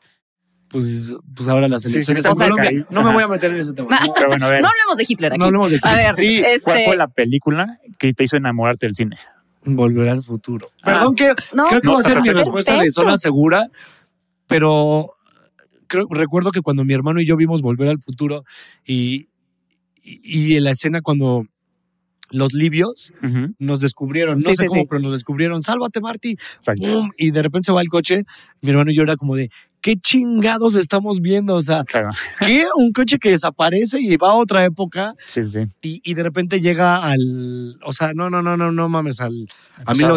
S2: Pues, pues ahora las
S3: Sí,
S2: elecciones
S3: sí,
S2: en
S1: sí, sí.
S2: Colombia.
S3: Ajá.
S2: No me voy a meter en ese tema. No,
S3: Pero bueno, a ver,
S1: No hablemos de Hitler aquí.
S2: no hablemos de
S1: a ver,
S2: Sí,
S3: ¿cuál
S1: este,
S3: fue la película que te hizo enamorarte del cine?
S2: volver al futuro.
S1: Ah.
S2: Perdón que
S1: no,
S2: creo que
S3: no,
S2: va a
S3: está
S2: ser mi
S3: perfecto.
S2: respuesta de zona segura, pero creo, recuerdo que cuando mi hermano y yo vimos Volver al Futuro y, y, y en la escena cuando los libios nos descubrieron, no
S1: Sí,
S2: sé
S1: sí,
S2: cómo,
S1: sí.
S2: pero nos descubrieron, sálvate Marty,
S3: Exacto.
S1: Mm.
S2: ¡Pum! y de repente se va el coche, mi hermano y yo era como de, ¿qué chingados estamos viendo? O sea,
S3: ah, Claro,
S2: ¿qué? Un coche que desaparece y va a otra época
S3: sí, sí.
S2: y, y de repente llega al, o sea, no, no, no, no, no mames, al, a
S3: O sea,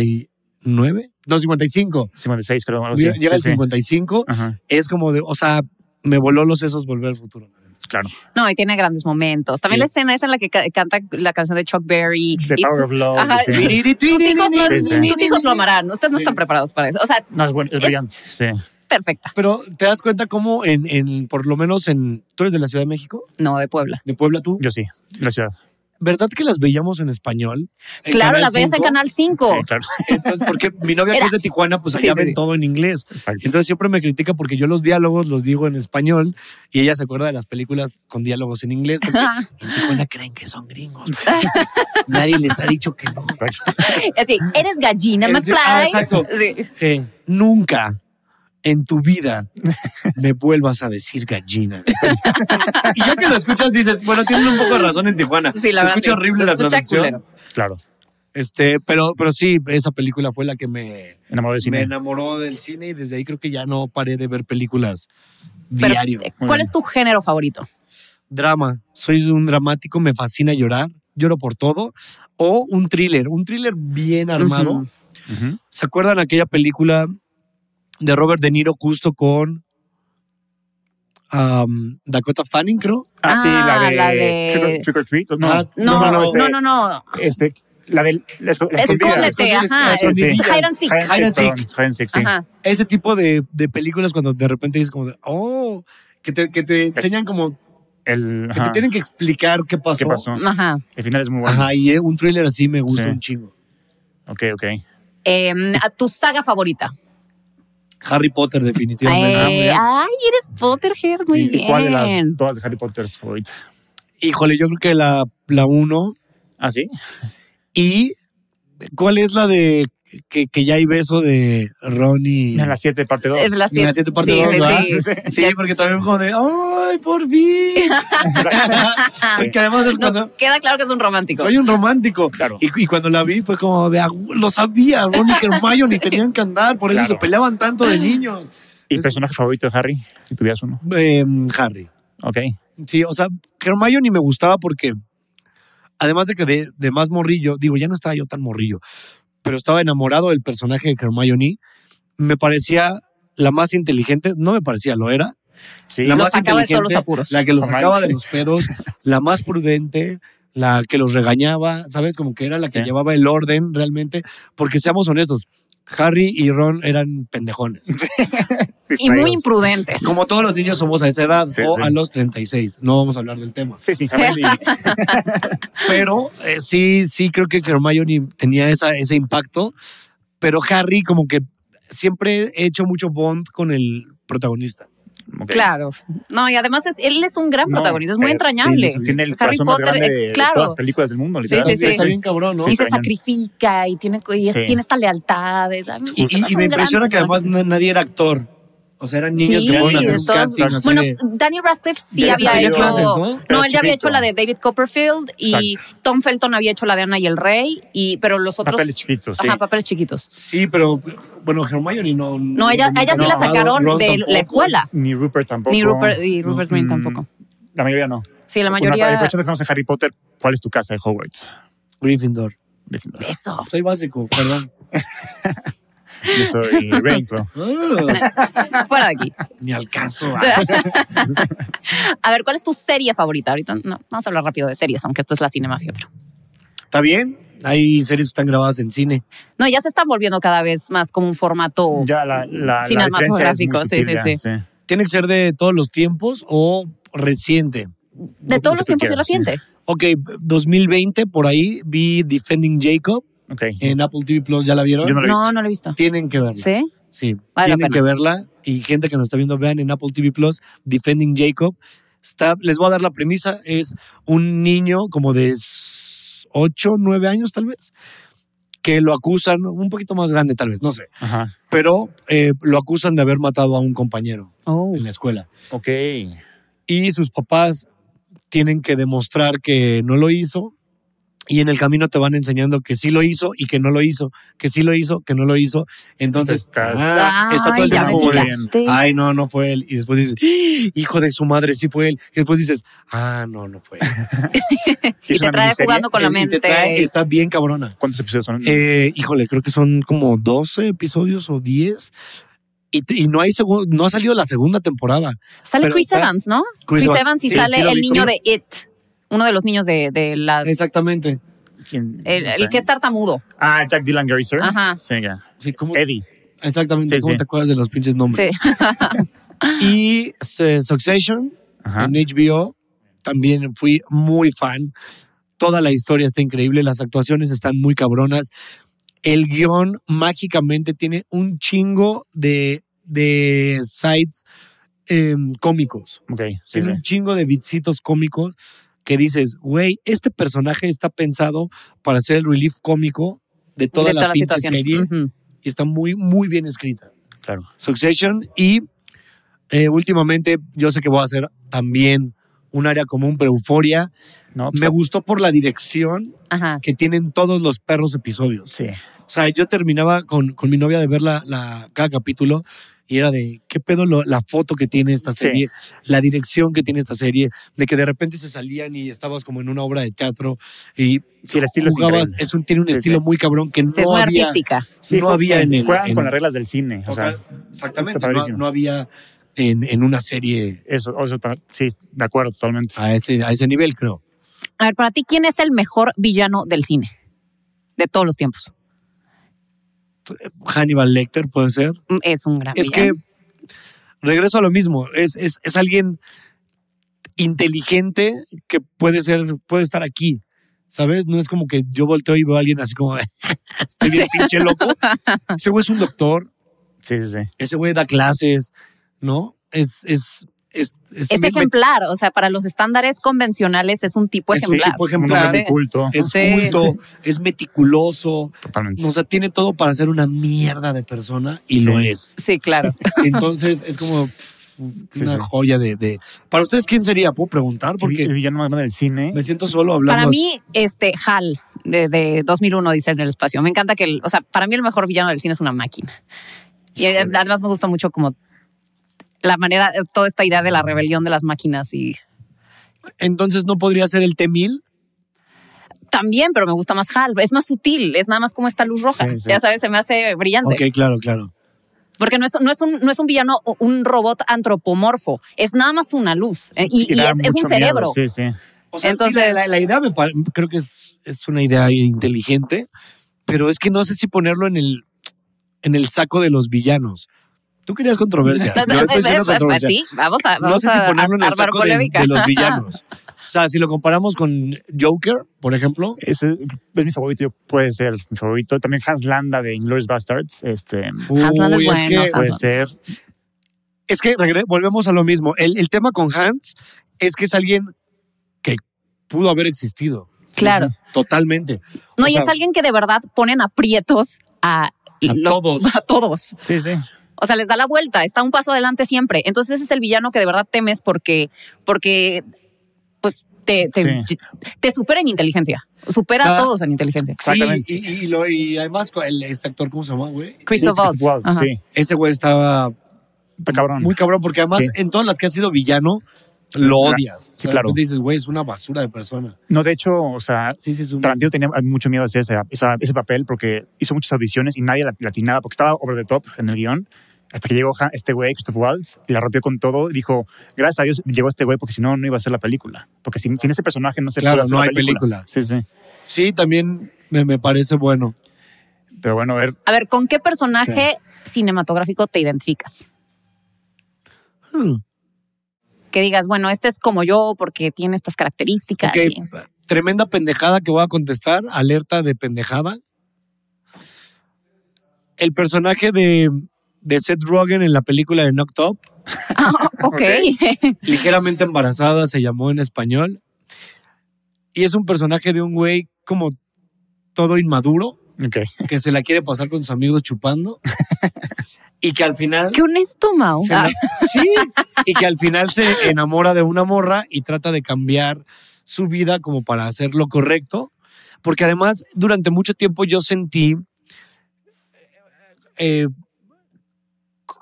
S2: 1959, no, 55.
S3: 56, creo. algo así.
S2: Llega
S3: Ah, Sí,
S2: el
S3: sí.
S2: 55,
S3: Ajá,
S2: es como de, o sea, me voló los sesos volver al futuro.
S3: claro.
S1: No, y tiene grandes momentos. También
S3: Sí.
S1: la escena es en la que ca- canta la canción de Chuck Berry.
S3: The
S1: Y
S3: Power
S1: su-
S3: of Love.
S1: Ajá,
S3: sí.
S1: sí. sus, hijos lo,
S3: Sí, sí.
S1: sus hijos lo amarán. Ustedes no están preparados para eso. O sea,
S3: No, es bueno, es
S1: Es-
S3: brillante. Sí.
S1: perfecta.
S2: Pero te das cuenta cómo en, en, por lo menos en, tú eres de la Ciudad de México,
S1: No, de Puebla.
S2: de Puebla tú,
S3: Yo sí, la ciudad.
S2: ¿verdad que las veíamos en español? En
S1: claro,
S2: Canal
S1: las veías en
S2: 5?
S1: Canal 5.
S3: Sí, claro.
S2: Entonces, porque mi novia que
S1: Era-
S2: es de Tijuana, pues
S1: Sí,
S2: allá
S1: sí,
S2: ven
S1: sí.
S2: todo en inglés.
S3: Exacto.
S2: Entonces siempre me critica porque yo los diálogos los digo en español y ella se acuerda de las películas con diálogos en inglés. porque en Tijuana creen que son gringos. Nadie les ha dicho que no.
S3: Exacto.
S1: Así, eres gallina,
S2: Es decir, ah,
S1: McFly.
S2: exacto.
S1: Sí.
S2: Eh, nunca en tu vida me vuelvas a decir gallina. y ya que lo escuchas dices, bueno, tienen un poco de razón en Tijuana.
S1: Sí, la
S2: se
S1: verdad,
S2: escucha
S1: sí.
S2: horrible
S1: Se
S2: la
S1: escucha
S2: traducción.
S1: culero.
S3: Claro.
S2: Este, pero, pero sí, esa película fue la que me,
S3: Enamorado del
S2: me
S3: cine.
S2: enamoró del cine y desde ahí creo que ya no paré de ver películas
S1: Pero, eh,
S2: diario.
S1: ¿Cuál es tu género favorito?
S2: Drama. Soy un dramático, me fascina llorar, lloro por todo. O un thriller, un thriller bien armado.
S1: Ujú.
S3: Ujú.
S2: ¿Se acuerdan aquella película de Robert De Niro justo con am, Dakota Fanning, creo?
S3: Ah, sí, la
S1: Ah,
S3: de,
S1: la de-
S3: Trick, or, Trick or Treat. No,
S2: Ah,
S1: No, no, no,
S3: este,
S1: no. no.
S3: Este, la del. La, esco- la escondida.
S1: Escóndete, ajá.
S2: escondidas,
S1: Es
S2: escondidas.
S1: Hide and Seek.
S3: Hide and
S2: Hide and
S3: Seek, perdón, Hide and Seek, sí.
S1: Ajá.
S2: Ese tipo de, de películas cuando de repente dices como, de, oh, que te, que te enseñan como,
S3: El,
S2: que
S3: ajá.
S2: te tienen que explicar qué pasó.
S3: ¿Qué pasó?
S1: Ajá.
S3: El final es muy bueno.
S2: Ajá, y eh, un thriller así me gusta
S3: Sí.
S2: un chingo.
S3: Ok, ok.
S1: Eh, ¿a tu saga favorita.
S2: Harry Potter definitivamente.
S1: Eh,
S3: Ah, muy bien.
S1: ay, eres Potterhead, muy
S3: Sí,
S1: bien.
S3: ¿Y cuál de las todas de Harry Potter es tu favorita?
S2: Híjole, yo creo que la, la uno.
S3: Ah, sí.
S2: ¿Y cuál es la de que, que ya hay beso de Ronnie?
S3: En la 7, parte 2.
S1: Es la
S2: En la siete parte
S1: Sí,
S2: dos,
S1: sí,
S2: ¿verdad?
S1: sí.
S2: Sí,
S1: Ya
S2: porque
S1: es-
S2: también como de, ¡ay, por fin! Porque además es
S1: Ah, Nos
S2: cuando
S1: queda claro que es un romántico.
S2: soy un romántico.
S3: Claro.
S2: Y, y cuando la vi fue como de, "Ah, lo sabía, Ron y Hermione tenían que andar, por eso
S3: Claro.
S2: se peleaban tanto de niños.
S3: ¿Y personaje favorito de Harry? Si tuvieras uno.
S2: Eh, Harry.
S3: Ok.
S2: Sí, o sea, Hermione me gustaba porque, además de que de, de más morrillo, digo, ya no estaba yo tan morrillo, pero estaba enamorado del personaje de Hermione, me parecía la más inteligente, no me parecía, lo era,
S3: Sí.
S2: La
S1: Los
S2: más
S1: sacaba de todos los
S2: inteligente,
S1: apuros.
S2: la que los
S3: Samantha.
S2: sacaba de los pedos, la más prudente, la que los regañaba, ¿sabes? Como que era la que
S3: Sí.
S2: llevaba el orden realmente, porque seamos honestos, Harry y Ron eran pendejones.
S1: y muy
S3: Distraídos.
S1: imprudentes.
S2: Como todos los niños somos a esa edad
S3: Sí,
S2: o
S3: sí.
S2: a los 36, no vamos a hablar del tema.
S3: Sí, sí, Harry.
S2: Pero eh, sí, sí creo que Hermione tenía esa, ese impacto, pero Harry como que siempre he hecho mucho bond con el protagonista.
S3: Ok.
S1: Claro. No, y además él es un gran
S3: No,
S1: protagonista, es muy
S3: eh,
S1: entrañable.
S2: sí, sí,
S3: Tiene el
S1: Harry
S3: corazón
S1: Potter,
S3: más grande
S1: eh,
S3: de, de
S1: claro.
S3: todas las películas del mundo, literalmente.
S1: sí,
S2: Está
S1: sí.
S2: bien cabrón, ¿no?
S1: y
S3: Sí,
S1: se
S3: cañón.
S1: sacrifica y tiene, y
S3: Sí.
S1: tiene esta lealtad. es- ay,
S2: Y,
S1: es un
S2: y- y me
S1: gran
S2: impresiona que además
S1: personaje.
S2: na- nadie era actor. O sea, eran niños
S1: Sí,
S2: que fueron a hacer
S1: de
S2: un
S1: todos-
S2: casting. así
S1: Bueno,
S2: de-
S1: Daniel Radcliffe sí
S2: de-
S1: había
S2: tenía
S1: hecho.
S2: clases, ¿no?
S1: no,
S3: Pero
S1: él ya había
S3: chiquito.
S1: hecho la de David Copperfield y Tom Felton había hecho la de Ana y el Rey, y, pero los otros.
S3: Papeles chiquitos, sí.
S1: Ajá, papeles chiquitos.
S2: Sí, pero bueno, Hermione no.
S1: No, ella, a ella sí
S3: no,
S1: la
S3: no,
S1: sacaron
S2: Ron
S1: de
S2: tampoco.
S1: la escuela.
S3: Ni Rupert tampoco.
S1: Ni Rupert, y Rupert Green
S3: Mm,
S1: tampoco.
S3: La mayoría no.
S1: Sí, la
S3: Una-
S1: mayoría.
S3: aprovechando que estamos en Harry Potter, ¿cuál es tu casa de Hogwarts?
S2: Gryffindor.
S3: Gryffindor.
S1: Eso.
S2: Soy básico, perdón.
S3: Yo soy Ravenclaw.
S2: Ah,
S1: Fuera de aquí.
S2: ni al caso. Ah,
S1: A ver, ¿cuál es tu serie favorita? Ahorita no, vamos a hablar rápido de series, aunque esto es la cinemafia, pero.
S2: ¿Está bien? Hay series que están grabadas en cine.
S1: No, ya se está volviendo cada vez más como un formato.
S3: Ya la, la, la
S1: Cinematográfico,
S3: diferencia
S1: sí,
S3: es muy
S1: sí,
S3: sutil
S1: sí.
S3: ya,
S2: ¿Tiene que ser de todos los tiempos o reciente?
S1: de todos los
S3: tú
S1: tiempos y
S3: quieras, sí.
S1: reciente.
S2: Ok, 2020, por ahí vi Defending Jacob
S3: Ok.
S2: en Apple TV Plus. ¿Ya la vieron?
S3: Yo no la he visto.
S1: No, no lo he visto.
S2: Tienen que verla.
S1: ¿Sí?
S2: Sí,
S1: Vale la
S2: tienen
S1: pena.
S2: que verla. Y gente que nos está viendo, vean en Apple TV Plus, Defending Jacob. Está, les voy a dar la premisa. Es un niño como de 8, 9 años tal vez, que lo acusan, un poquito más grande tal vez, no sé,
S3: Ajá.
S2: pero eh, lo acusan de haber matado a un compañero
S1: Oh.
S2: en la escuela.
S3: Ok.
S2: Y sus papás tienen que demostrar que no lo hizo. Y en el camino te van enseñando que sí lo hizo y que no lo hizo, que sí lo hizo, que no lo hizo. Entonces,
S3: Estás-
S2: ah, está todo
S1: Ay,
S2: el
S1: ya
S2: tiempo
S1: me
S3: muy bien.
S1: picaste.
S2: ay, no, no fue él. Y después dices, "¡Ah! hijo de su madre, sí fue él. Y después dices, ah, no, no fue él.
S1: Y
S3: ¿Es
S1: te
S3: una
S1: trae
S3: miniserie?
S1: jugando con la
S2: Y te
S1: mente.
S2: trae- está bien cabrona.
S3: ¿Cuántos episodios son?
S2: Eh, híjole, creo que son como 12 episodios o 10. Y, t- y no, hay segun- no ha salido la segunda temporada.
S1: Sale
S2: pero
S1: Chris
S2: está-
S1: Evans, ¿no? Chris,
S2: Chris Evans.
S1: Evans y
S2: Sí,
S1: sale
S2: sí lo
S1: el
S2: vi,
S1: niño
S2: sí.
S1: de It. Uno de los niños de, de la.
S2: Exactamente.
S3: ¿Quién?
S1: El,
S3: No
S1: el
S3: sé.
S1: que es tartamudo.
S3: Ah, Jack Dylan Grazer.
S1: Ajá.
S3: Sí, ya.
S2: Sí, ¿cómo-
S3: Eddie.
S2: exactamente.
S3: Sí,
S2: ¿Cómo
S3: sí.
S2: te acuerdas de los pinches nombres?
S1: Sí.
S2: Y eh, Succession
S3: Ajá.
S2: en HBO. También fui muy fan. Toda la historia está increíble. Las actuaciones están muy cabronas. El guión mágicamente tiene un chingo de, de sites em, cómicos.
S3: Ok. Sí,
S2: Tiene
S3: sí.
S2: un chingo de bitsitos cómicos que dices, güey, este personaje está pensado para ser el relief cómico de toda
S1: de
S2: la
S1: toda la
S2: pinche
S1: situación.
S2: serie
S1: Ujú.
S2: y está muy, muy bien escrita.
S3: Claro.
S2: Succession y eh, últimamente yo sé que voy a hacer también un área común, pero euforia.
S3: No, pues,
S2: Me gustó por la dirección
S1: Ajá.
S2: que tienen todos los perros episodios.
S3: Sí.
S2: O sea, yo terminaba con, con mi novia de ver la, la- cada capítulo y era de qué pedo lo- la foto que tiene esta
S3: Sí.
S2: serie, la dirección que tiene esta serie, de que de repente se salían y estabas como en una obra de teatro y
S3: Sí, el estilo es
S2: jugabas,
S3: increíble.
S2: es un, tiene un
S3: Sí,
S2: estilo
S3: sí.
S2: muy cabrón que
S1: Sí, es
S2: no
S1: muy
S2: había,
S1: artística.
S3: Sí,
S2: no había en el...
S3: Juegan
S2: en-
S3: con las reglas del cine. O sea,
S2: exactamente,
S3: está
S2: no,
S3: padrísimo.
S2: no había en, en una serie
S3: eso, eso ta- sí, de acuerdo, totalmente.
S2: a ese, a ese nivel, creo.
S1: A ver, para ti, ¿quién es el mejor villano del cine? De todos los tiempos.
S2: Hannibal Lecter puede ser.
S1: Mm, Es un gran
S2: Es que
S1: villano.
S2: regreso a lo mismo. Es, es, es alguien inteligente que puede ser, puede estar aquí. ¿Sabes? No es como que yo volteo y veo a alguien así como de, estoy bien pinche loco. Ese güey es un doctor,
S3: Sí, sí, sí.
S2: ese güey da clases, ¿no? Es, es, es, es,
S1: Es
S2: me-
S1: ejemplar, o sea, para los estándares convencionales es un tipo
S2: Es un
S1: ejemplar.
S2: tipo
S3: Un hombre
S2: ejemplar,
S3: de culto.
S1: Eh,
S2: es
S1: Sí,
S2: culto, es meticuloso,
S3: Totalmente.
S2: o sea, tiene todo para ser una mierda de persona y
S3: Sí.
S2: lo es.
S1: Sí, claro.
S2: Entonces es como pff,
S3: Sí,
S2: una
S3: sí.
S2: joya de, de- Para ustedes, ¿quién sería? ¿Puedo preguntar?
S3: Porque
S2: Porque
S3: el villano más grande del cine.
S2: Me siento solo hablando.
S1: Para
S2: así.
S1: mí, este Hal de, de 2001 dice en el espacio. Me encanta que, el, o sea, para mí el mejor villano del cine es una máquina. Y eh,
S3: Híjole.
S1: además me gusta mucho como la manera, eh, toda esta idea de la rebelión de las máquinas y
S2: Entonces no podría ser el T-1000.
S1: también, pero me gusta más Hal. Es más sutil, es nada más como esta luz roja.
S3: Sí, sí.
S1: Ya sabes, se me hace brillante.
S2: Ok, claro, claro.
S1: Porque no es, no, es un, no es un villano, o un robot antropomorfo. Es nada más una luz. Eh,
S3: Sí,
S1: Y, y
S3: da
S1: es, es
S3: mucho
S1: un
S3: miedo,
S1: cerebro.
S3: Sí, sí.
S2: O sea,
S1: Entonces-
S2: sí, la, la- la idea me pare- creo que es, es una idea inteligente, pero es que no sé si ponerlo en el, en el saco de los villanos. Tú querías controversia. Yo estoy diciendo controversia.
S1: pues, sí, vamos a,
S2: No
S1: vamos
S2: sé si
S1: a
S2: ponerlo en el
S1: armar
S2: saco de,
S1: polémica.
S2: de los villanos. O sea, si lo comparamos con Joker, por ejemplo,
S3: Ese es mi favorito, yo- puede ser mi favorito. También Hans Landa de Inglourious Bastards. Este,
S2: Ah,
S1: Hans Landa es
S2: uy, es,
S1: bueno,
S2: que,
S1: Hans-
S3: puede ser.
S2: es que regre- volvemos a lo mismo. El, el tema con Hans es que es alguien que pudo haber existido.
S1: Claro.
S2: Totalmente.
S1: No,
S2: O
S1: y
S2: sea-
S1: es alguien que de verdad ponen aprietos a, los-
S2: todos.
S1: a todos.
S3: Sí, sí.
S1: O sea, les da la vuelta, está un paso adelante siempre. Entonces ese es el villano que de verdad temes porque, porque pues te, te, te supera en inteligencia. Supera a
S2: Está-
S1: todos en inteligencia.
S2: Sí,
S3: Exactamente.
S2: y, y- y lo- y además, el, este actor, ¿cómo se llama, güey?
S1: Christoph Waltz.
S3: Christoph Waltz,
S1: Ajá.
S3: sí.
S2: Ese güey estaba
S3: Está cabrón.
S2: muy cabrón, porque además
S3: Sí.
S2: en todas las que ha sido villano, Lo odias.
S3: Sí, claro.
S2: Te dices, güey, es una basura de persona.
S3: No, de hecho, o sea,
S2: Sí, sí, es un.
S3: Tarantino tenía mucho miedo a hacer ese, esa- ese papel porque hizo muchas audiciones y nadie la la atinaba porque estaba over the top en el guión. Hasta que llegó ja- este güey, Christoph Waltz, y la rompió con todo y dijo, gracias a Dios llegó este güey porque si no, no iba a hacer la película. Porque sin, sin ese personaje no se
S2: Claro,
S3: puede hacer
S2: no
S3: la
S2: hay película.
S3: Sí, sí.
S2: Sí, también me, me parece bueno.
S3: Pero bueno, a ver,
S1: A ver, ¿con qué personaje cinematográfico te identificas?
S2: Hmm.
S1: Que digas, bueno, este es como yo porque tiene estas características.
S2: Ok,
S1: y-
S2: tremenda pendejada que voy a contestar. Alerta de pendejada. El personaje de, de Seth Rogen en la película de Knocked Up,
S1: Ah, ok.
S2: ligeramente embarazada, se llamó en español. Y es un personaje de un güey como todo inmaduro,
S3: ok.
S2: que se la quiere pasar con sus amigos chupando. y que al final
S1: Qué honesto, Mau.
S2: Se
S1: Ah,
S2: ena- sí, y que al final se enamora de una morra y trata de cambiar su vida como para hacer lo correcto. Porque además, durante mucho tiempo yo sentí eh,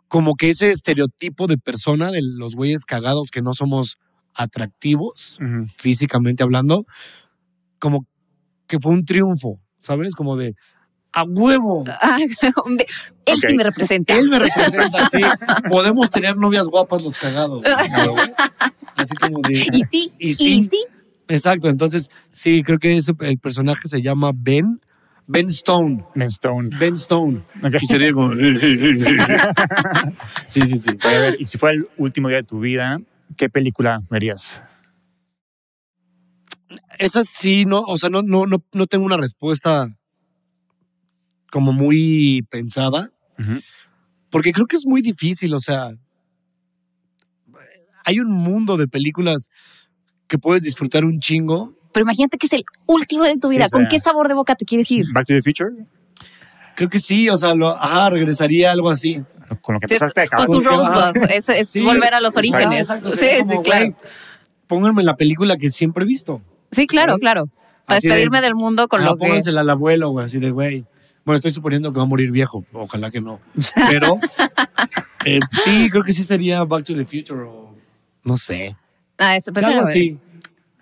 S2: como que ese estereotipo de persona, de los güeyes cagados que no somos atractivos,
S3: Ujú.
S2: físicamente hablando, como que fue un triunfo, ¿sabes? Como de a huevo.
S1: ah, hombre, él
S3: Ok.
S1: sí me representa.
S2: Él me representa así. Podemos tener novias guapas los cagados. ¿no? Así como de.
S1: Y sí,
S2: Y
S1: y sí.
S2: sí. Exacto. Entonces, sí, creo que ese- el personaje se llama Ben. Ben Stone.
S3: Ben Stone.
S2: Ben Stone.
S3: Ok.
S2: Y sería como- Sí, sí, sí.
S3: A ver, y si fuera el último día de tu vida, ¿qué película verías?
S2: Esa sí, no, o sea, no, no, no, no tengo una respuesta como muy pensada.
S3: Ujú.
S2: Porque creo que es muy difícil, o sea, hay un mundo de películas que puedes disfrutar un chingo.
S1: Pero imagínate que es el último de tu
S3: Sí,
S1: vida.
S3: o sea-
S1: ¿Con qué sabor de boca te quieres ir?
S3: Back to the Future,
S2: Creo que sí, o sea, lo, ah, regresaría a algo así.
S3: con lo que
S1: Sí,
S3: empezaste a acabar.
S1: Con tu
S2: Sí, ah.
S1: rosebud. Es, es
S2: Sí,
S1: volver a
S2: es-
S1: los
S2: exacto,
S1: orígenes.
S2: exacto,
S1: sí,
S2: sería
S1: sí,
S2: como, güey,
S1: claro.
S2: Pónganme la película que siempre he visto.
S1: Sí, claro,
S2: ¿sabes?
S1: claro. Para
S2: Así de-
S1: despedirme del mundo con
S2: Ah,
S1: lo que.
S2: póngansela al abuelo, güey, así de, güey. Bueno, estoy suponiendo que va a morir viejo, ojalá que no. Pero eh, sí, creo que sí sería Back to the Future o no sé.
S1: Ah, eso, pero
S2: algo
S1: claro,
S2: así.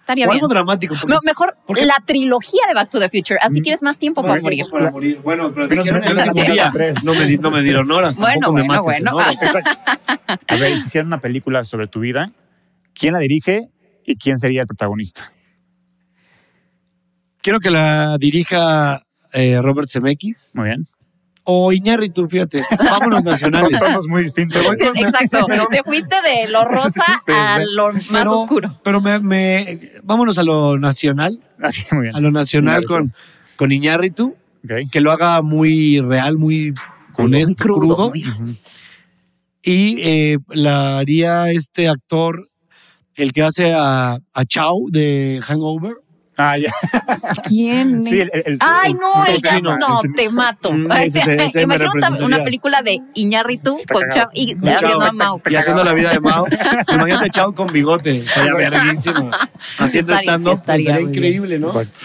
S1: Estaría
S2: O
S1: bien.
S2: algo dramático. porque
S1: No, mejor
S2: porque-
S1: la trilogía de Back to the Future. Así
S3: Mm.
S1: tienes más tiempo
S2: Más
S1: para morir.
S2: tiempo para morir. Bueno, pero
S3: Menos-
S2: dijeron en
S3: menos
S2: la
S1: de
S2: teoría,
S3: tres.
S2: No me, di- no me dieron horas.
S1: Bueno,
S2: tampoco me
S1: bueno,
S2: mates en
S1: bueno.
S2: horas.
S3: A ver, y si hicieran una película sobre tu vida, ¿quién la dirige y quién sería el protagonista?
S2: Quiero que la dirija eh, Robert Zemeckis
S3: Muy bien.
S2: o Iñárritu, fíjate. Vámonos
S3: Son
S2: nacionales.
S3: tonos muy distintos.
S1: Sí, exacto. Te fuiste de lo rosa
S3: Sí, sí,
S1: a
S3: sí.
S1: lo más
S2: Pero-
S1: oscuro.
S2: Pero me, me- vámonos a lo nacional,
S3: Ok, muy bien.
S2: a lo nacional
S3: Iñárritu.
S2: con, con Iñárritu,
S3: Ok.
S2: que lo haga muy real, muy honesto,
S1: Crudo,
S2: crudo.
S1: muy-
S2: Y eh, la haría este actor, el que hace a, a Chow de Hangover.
S3: Ah, ya.
S1: ¿Quién?
S3: Sí, el, el, el-
S1: Ay, no,
S2: el
S1: el jazz
S2: chino.
S1: no, te mato.
S2: Mm, ese- ese- ese me
S1: Imagina una- una
S2: representaría.
S1: película de Iñarritu
S3: Está
S1: con Chav
S3: cagado.
S1: y
S2: Con
S1: haciendo
S2: Chav.
S1: a Mau.
S2: Y haciendo la vida de Mao. Imagínate Chao con bigote. Estaría verguísima. Haciendo
S1: Estaría-
S2: stand-up.
S1: sí, estaría
S2: estaría
S1: muy
S2: increíble, ¿no?
S3: Exacto.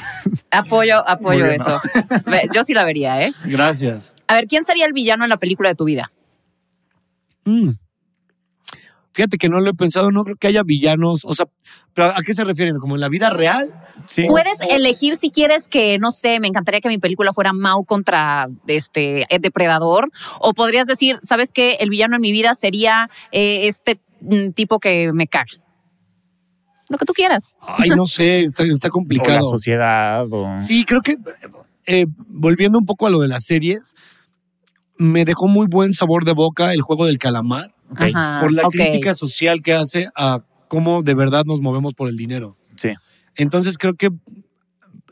S1: Apoyo, apoyo
S3: Muy bien,
S1: eso. Ve, Yo sí la vería, ¿eh?
S2: Gracias.
S1: A ver, ¿quién sería el villano en la película de tu vida?
S2: Mm. Fíjate que no lo he pensado. No creo que haya villanos. O sea, ¿pero ¿a qué se refieren? ¿Como en la vida real?
S3: Sí.
S1: Puedes elegir si quieres que, no sé, me encantaría que mi película fuera Mau contra este eh, depredador. O podrías decir, ¿sabes qué? El villano en mi vida sería eh, este mm, tipo que me caga. Lo que tú quieras.
S2: Ay, no sé. Está, está
S3: O la
S2: complicado.
S3: sociedad o...
S2: Sí, creo que eh, volviendo un poco a lo de las series, me dejó muy buen sabor de boca el juego del calamar
S3: Ok.
S1: Ajá,
S2: por la
S1: Ah, ok.
S2: crítica social que hace a cómo de verdad nos movemos por el dinero.
S3: Sí.
S2: Entonces creo que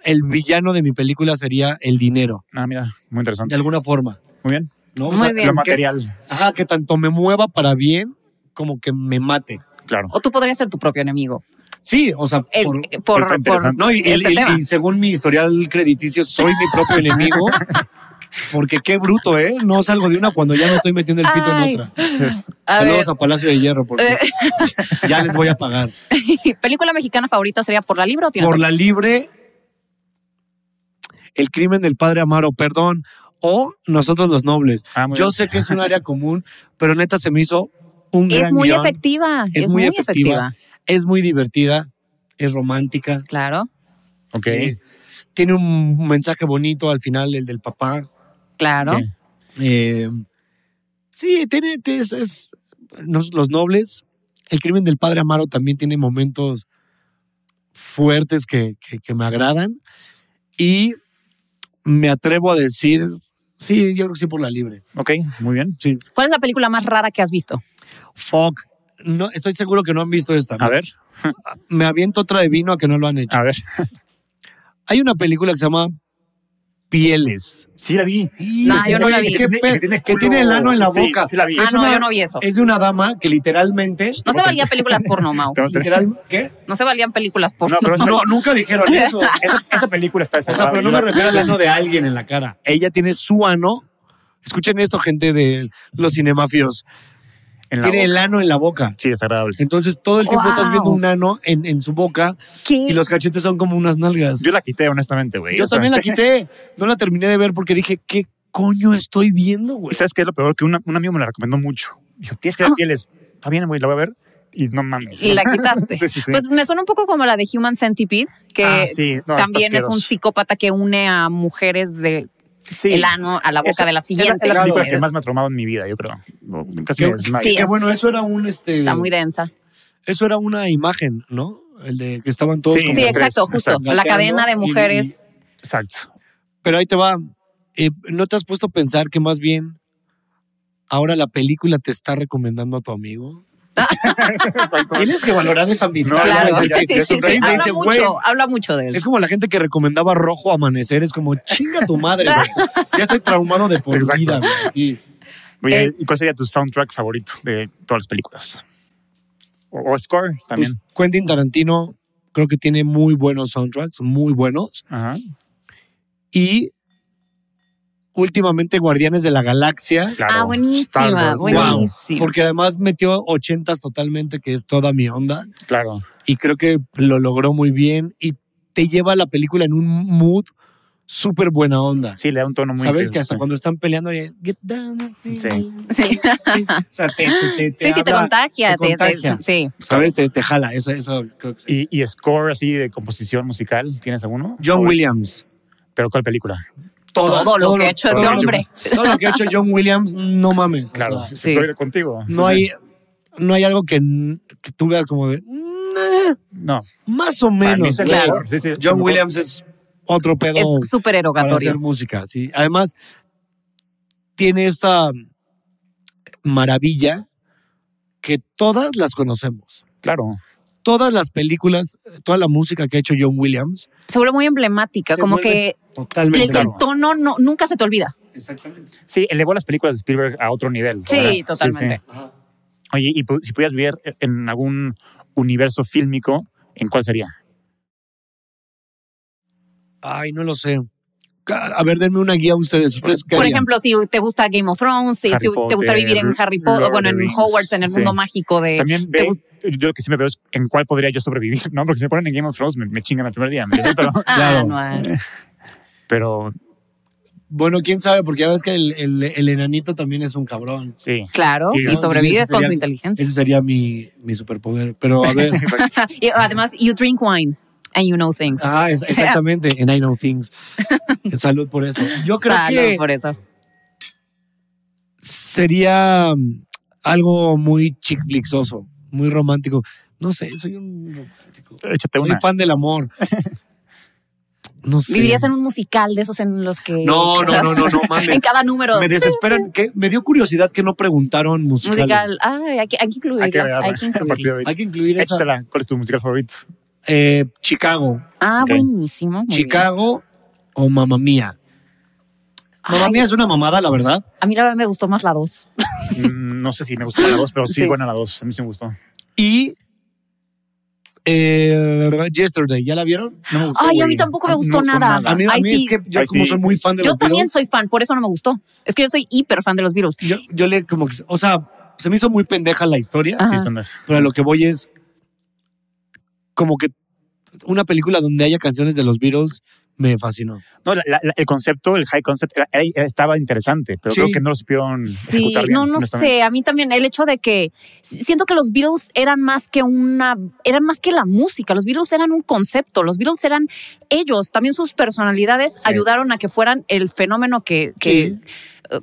S2: el villano de mi película sería el dinero,
S3: Ah, mira, muy interesante.
S2: de alguna forma.
S3: Muy bien.
S2: ¿no?
S1: Muy bien.
S3: Lo
S2: que-
S3: material,
S2: ajá, que tanto me mueva para bien como que me mate.
S3: claro.
S1: O tú podrías ser tu propio enemigo.
S2: Sí, o sea,
S1: El- eh,
S2: por-
S1: por,
S3: está
S1: por-
S3: interesante.
S2: No, y,
S1: este
S2: y- y-
S1: tema.
S2: y según mi historial crediticio, soy mi propio enemigo. Porque qué bruto, ¿eh? No salgo de una cuando ya me estoy metiendo el pito
S1: Ay.
S2: en otra.
S3: Entonces,
S1: A
S2: Saludos
S1: ver,
S2: a Palacio de Hierro, porque ya les voy a pagar.
S1: ¿película mexicana favorita sería por la libra o tienes
S2: Por
S1: otra?
S2: la libre, el crimen del padre Amaro, perdón. O nosotros los nobles.
S3: Ah, muy
S2: Yo
S3: bien.
S2: sé que es un área común, pero neta se me hizo un gran
S1: Es muy
S2: guión.
S1: efectiva.
S2: Es muy efectiva. es muy divertida, es romántica,
S1: Claro,
S3: Ok.
S2: eh, tiene un mensaje bonito al final, el del papá.
S1: claro.
S3: Sí.
S2: Eh, sí, tiene, te- es, es- nos- los nobles. El crimen del padre Amaro también tiene momentos fuertes que, que- que me agradan. Y me atrevo a decir, sí, yo creo que sí por la libre.
S3: Ok, muy bien.
S1: ¿Cuál es la película más rara que has visto?
S2: Fuck. No, estoy seguro que no han visto esta.
S3: A ver, Ah.
S2: Me aviento otra de vino a que no lo han hecho.
S3: a ver.
S2: Hay una película que se llama Pieles.
S3: Sí, la vi.
S1: No, yo no la
S2: Oye,
S1: vi.
S2: ¿qué pe- que tiene el ano en la
S3: Sí,
S2: boca.
S3: Sí, la vi.
S1: Ah,
S2: es
S1: no,
S2: una-
S1: yo no vi eso.
S2: Es de una dama que literalmente...
S1: No se valían películas porno, Mau.
S3: Te- te-
S2: literal- ¿qué?
S1: No se valían películas porno.
S3: No, pero esa,
S2: No, nunca dijeron eso.
S3: esa, esa película está esa.
S2: O sea, pero no me refiero al ano de alguien en la cara. Ella tiene su ano. Escuchen esto, gente de los cinemafios.
S3: En la
S2: Tiene
S3: boca.
S2: el ano en la boca.
S3: Sí, desagradable.
S2: Entonces todo el tiempo
S1: Wow.
S2: estás viendo un ano en, en su boca y
S1: ¿Qué?
S2: los cachetes son como unas nalgas. Yo,
S3: Yo la quité, honestamente, güey. O sea,
S2: también la
S3: sí.
S2: quité. No la terminé de ver porque dije, ¿qué coño estoy viendo,
S3: ¿Y
S2: güey?
S3: sabes qué es lo peor? Que una- un amigo me la recomendó mucho. Dijo, tienes que ver
S1: Ah.
S3: pieles. Está bien, güey, la voy a ver. Y no mames.
S1: Y la quitaste.
S3: Sí, sí, sí.
S1: Pues me suena un poco como la de Human Centipede, que
S3: Ah, sí. No, está
S1: también es un
S3: asqueroso.
S1: psicópata que une a mujeres de
S3: Sí.
S1: el ano a la boca
S3: Eso-
S1: de la siguiente.
S3: Es la película que
S1: Claro.
S3: más me ha traumado en mi vida, yo creo. Casi
S2: Qué-
S3: me desmayo.
S1: Sí,
S2: Que
S1: es-
S2: bueno, eso era un este.
S1: Está muy densa.
S2: Eso era una imagen, ¿no? El de que estaban todos.
S3: Sí,
S2: como-
S1: Sí,
S3: tres,
S1: exacto, justo.
S3: exacto.
S1: La cadena de
S2: Y- y-
S1: mujeres.
S3: Exacto.
S2: Pero ahí te va. Eh, ¿No te has puesto a pensar que más bien ahora la película te está recomendando a tu amigo?
S3: Exacto.
S2: Tienes que valorar esa amistad.
S3: No,
S1: Claro,
S3: ya, ya, ya,
S1: sí,
S3: ya
S1: sí,
S2: es
S1: sí.
S2: un rey,
S1: Habla
S2: dice,
S1: mucho,
S2: "Güey".
S1: habla mucho de él.
S2: Es como la gente que recomendaba rojo amanecer, es como chinga tu madre, güey. Ya estoy traumado de por
S3: Exacto.
S2: vida, güey. Pues, Sí.
S3: Oye,
S1: Eh.
S3: ¿y cuál sería tu soundtrack favorito de todas las películas? O, o score también.
S2: Pues, Quentin Tarantino creo que tiene muy buenos soundtracks, muy buenos.
S3: Ajá.
S2: Y últimamente Guardianes de la Galaxia.
S3: Claro.
S1: ah,
S3: Star
S1: buenísima,
S3: Wars.
S2: Wow.
S1: buenísima.
S2: Porque además metió ochentas totalmente, que es toda mi onda.
S3: Claro.
S2: y creo que lo logró muy bien y te lleva la película en un mood súper buena onda.
S3: Sí, le da un tono muy
S2: Sabes que hasta
S3: sí.
S2: cuando están peleando, ya, get down.
S3: Sí.
S1: Sí,
S2: O sea, te, te- te- te
S1: sí, sí, te
S2: habla,
S1: contagia.
S2: te
S1: te- te-
S2: contagia.
S1: sí.
S2: Sabes, te, te jala. Eso, eso creo que sí.
S3: ¿Y, y score así de composición musical? ¿Tienes alguno?
S2: John
S3: O-
S2: Williams.
S3: ¿Pero cuál película?
S1: Todo lo que ha hecho ese
S2: todo lo-
S1: hombre.
S2: Todo lo que ha hecho John Williams, no mames. o
S3: Claro,
S2: sea,
S1: sí.
S3: estoy contigo.
S2: no, hay, no hay algo que, que tú veas como de. "Nah,
S3: No,
S2: más o
S3: para mí
S2: menos.
S3: es el
S1: claro.
S3: mejor. Sí, sí, es el
S2: John
S3: mejor.
S2: Williams es otro pedo.
S1: Es súper
S2: para hacer
S1: erogatorio.
S2: música, sí. Además, tiene esta maravilla que todas las conocemos.
S3: Claro.
S2: Todas las películas, toda la música que ha hecho John Williams,
S1: Se vuelve muy emblemática,
S2: Se
S1: como
S2: vuelve-
S1: que el,
S2: totalmente.
S1: el tono no, nunca se te olvida.
S2: Exactamente.
S3: Sí, elevó las películas de Spielberg a otro nivel.
S1: Sí,
S3: ¿verdad?
S1: totalmente.
S3: sí. Oye, y pu- si pudieras vivir en algún universo fílmico, ¿en cuál sería?
S2: Ay, no lo sé. A ver, denme una guía a ustedes. ¿Ustedes qué
S1: Por
S2: harían?
S1: ejemplo, si te gusta Game of Thrones, si,
S3: Harry
S1: si te gusta
S3: Potter,
S1: vivir en Harry
S3: Lord
S1: Potter,
S3: of
S1: bueno,
S3: the
S1: en
S3: Rings.
S1: Hogwarts, en el
S3: Sí.
S1: mundo mágico de...
S3: También
S1: Eh, te
S3: ve-
S1: gust-
S3: yo lo que sí me veo es en cuál podría yo sobrevivir, ¿no? Porque si me ponen en Game of Thrones me, me chingan el primer día. ¿me entiendes? pero,
S1: Ah,
S2: Claro.
S1: no, ah.
S3: pero
S2: Bueno, quién sabe, porque ya ves que el, el- el enanito también es un cabrón.
S3: sí.
S1: Claro,
S3: Sí, ¿no?
S1: y sobrevives
S2: Entonces,
S1: con su
S2: sería-
S1: inteligencia.
S2: Ese sería mi, mi superpoder. Pero a ver.
S1: Y además, you drink wine and you know things.
S2: ah, es- exactamente. En I Know Things. Salud por eso. Yo creo
S1: Salud
S2: que.
S1: por eso.
S2: sería mm, algo muy chick flixoso, muy romántico. No sé, soy un romántico.
S3: Échate
S2: Soy
S3: una.
S2: fan del amor. No sé.
S1: ¿Vivirías en un musical de esos en los que...
S2: No, no, no, no, no
S1: En
S2: mames.
S1: cada número.
S2: Me desesperan. que me dio curiosidad que no preguntaron musicales.
S1: Musical. Ay, hay que, hay que incluirla.
S3: Hay que agregarla
S1: hay que
S3: a partir de
S1: incluirla.
S2: Hay
S3: ahorita.
S2: que incluir esa.
S3: Échatela. ¿Cuál es tu musical favorito?
S2: Eh, Chicago.
S1: Ah,
S3: Ok.
S1: buenísimo. muy bien.
S2: Chicago o Mamma Mía. Mamma
S1: Ay,
S2: Mía es una mamada, la verdad.
S1: A mí la verdad me gustó más la dos.
S3: Mm, no sé si me gustó la dos, pero sí,
S1: Sí.
S3: buena la dos. A mí sí me gustó.
S2: Y eh, Yesterday, ¿ya la vieron?
S3: No me gustó,
S1: Ay, a
S3: güey.
S1: mí tampoco me
S3: No
S1: gustó nada.
S2: A mí, a
S1: Ay,
S2: mí
S1: sí.
S2: es que yo
S3: Ay,
S2: como
S3: sí.
S2: soy muy fan de
S1: Yo
S2: los
S1: también
S2: Beatles,
S1: soy fan, por eso no me gustó. Es que yo soy hiper fan de los Beatles.
S2: yo, yo le como que, o sea, se me hizo muy pendeja la historia,
S1: Ah.
S3: Sí, es
S1: Ajá.
S3: pendeja.
S2: pero a lo que voy es como que una película donde haya canciones de los Beatles Me fascinó.
S3: No, la- la- el concepto, el high concept, era- era- estaba interesante, pero
S2: Sí.
S3: creo que no lo supieron
S1: Sí,
S3: ejecutar bien.
S1: no, no
S3: honestamente.
S1: sé. A mí también el hecho de que s- siento que los Beatles eran más que una, eran más que la música. Los Beatles eran un concepto. Los Beatles eran ellos. También sus personalidades ayudaron a que fueran el fenómeno que, que, eh,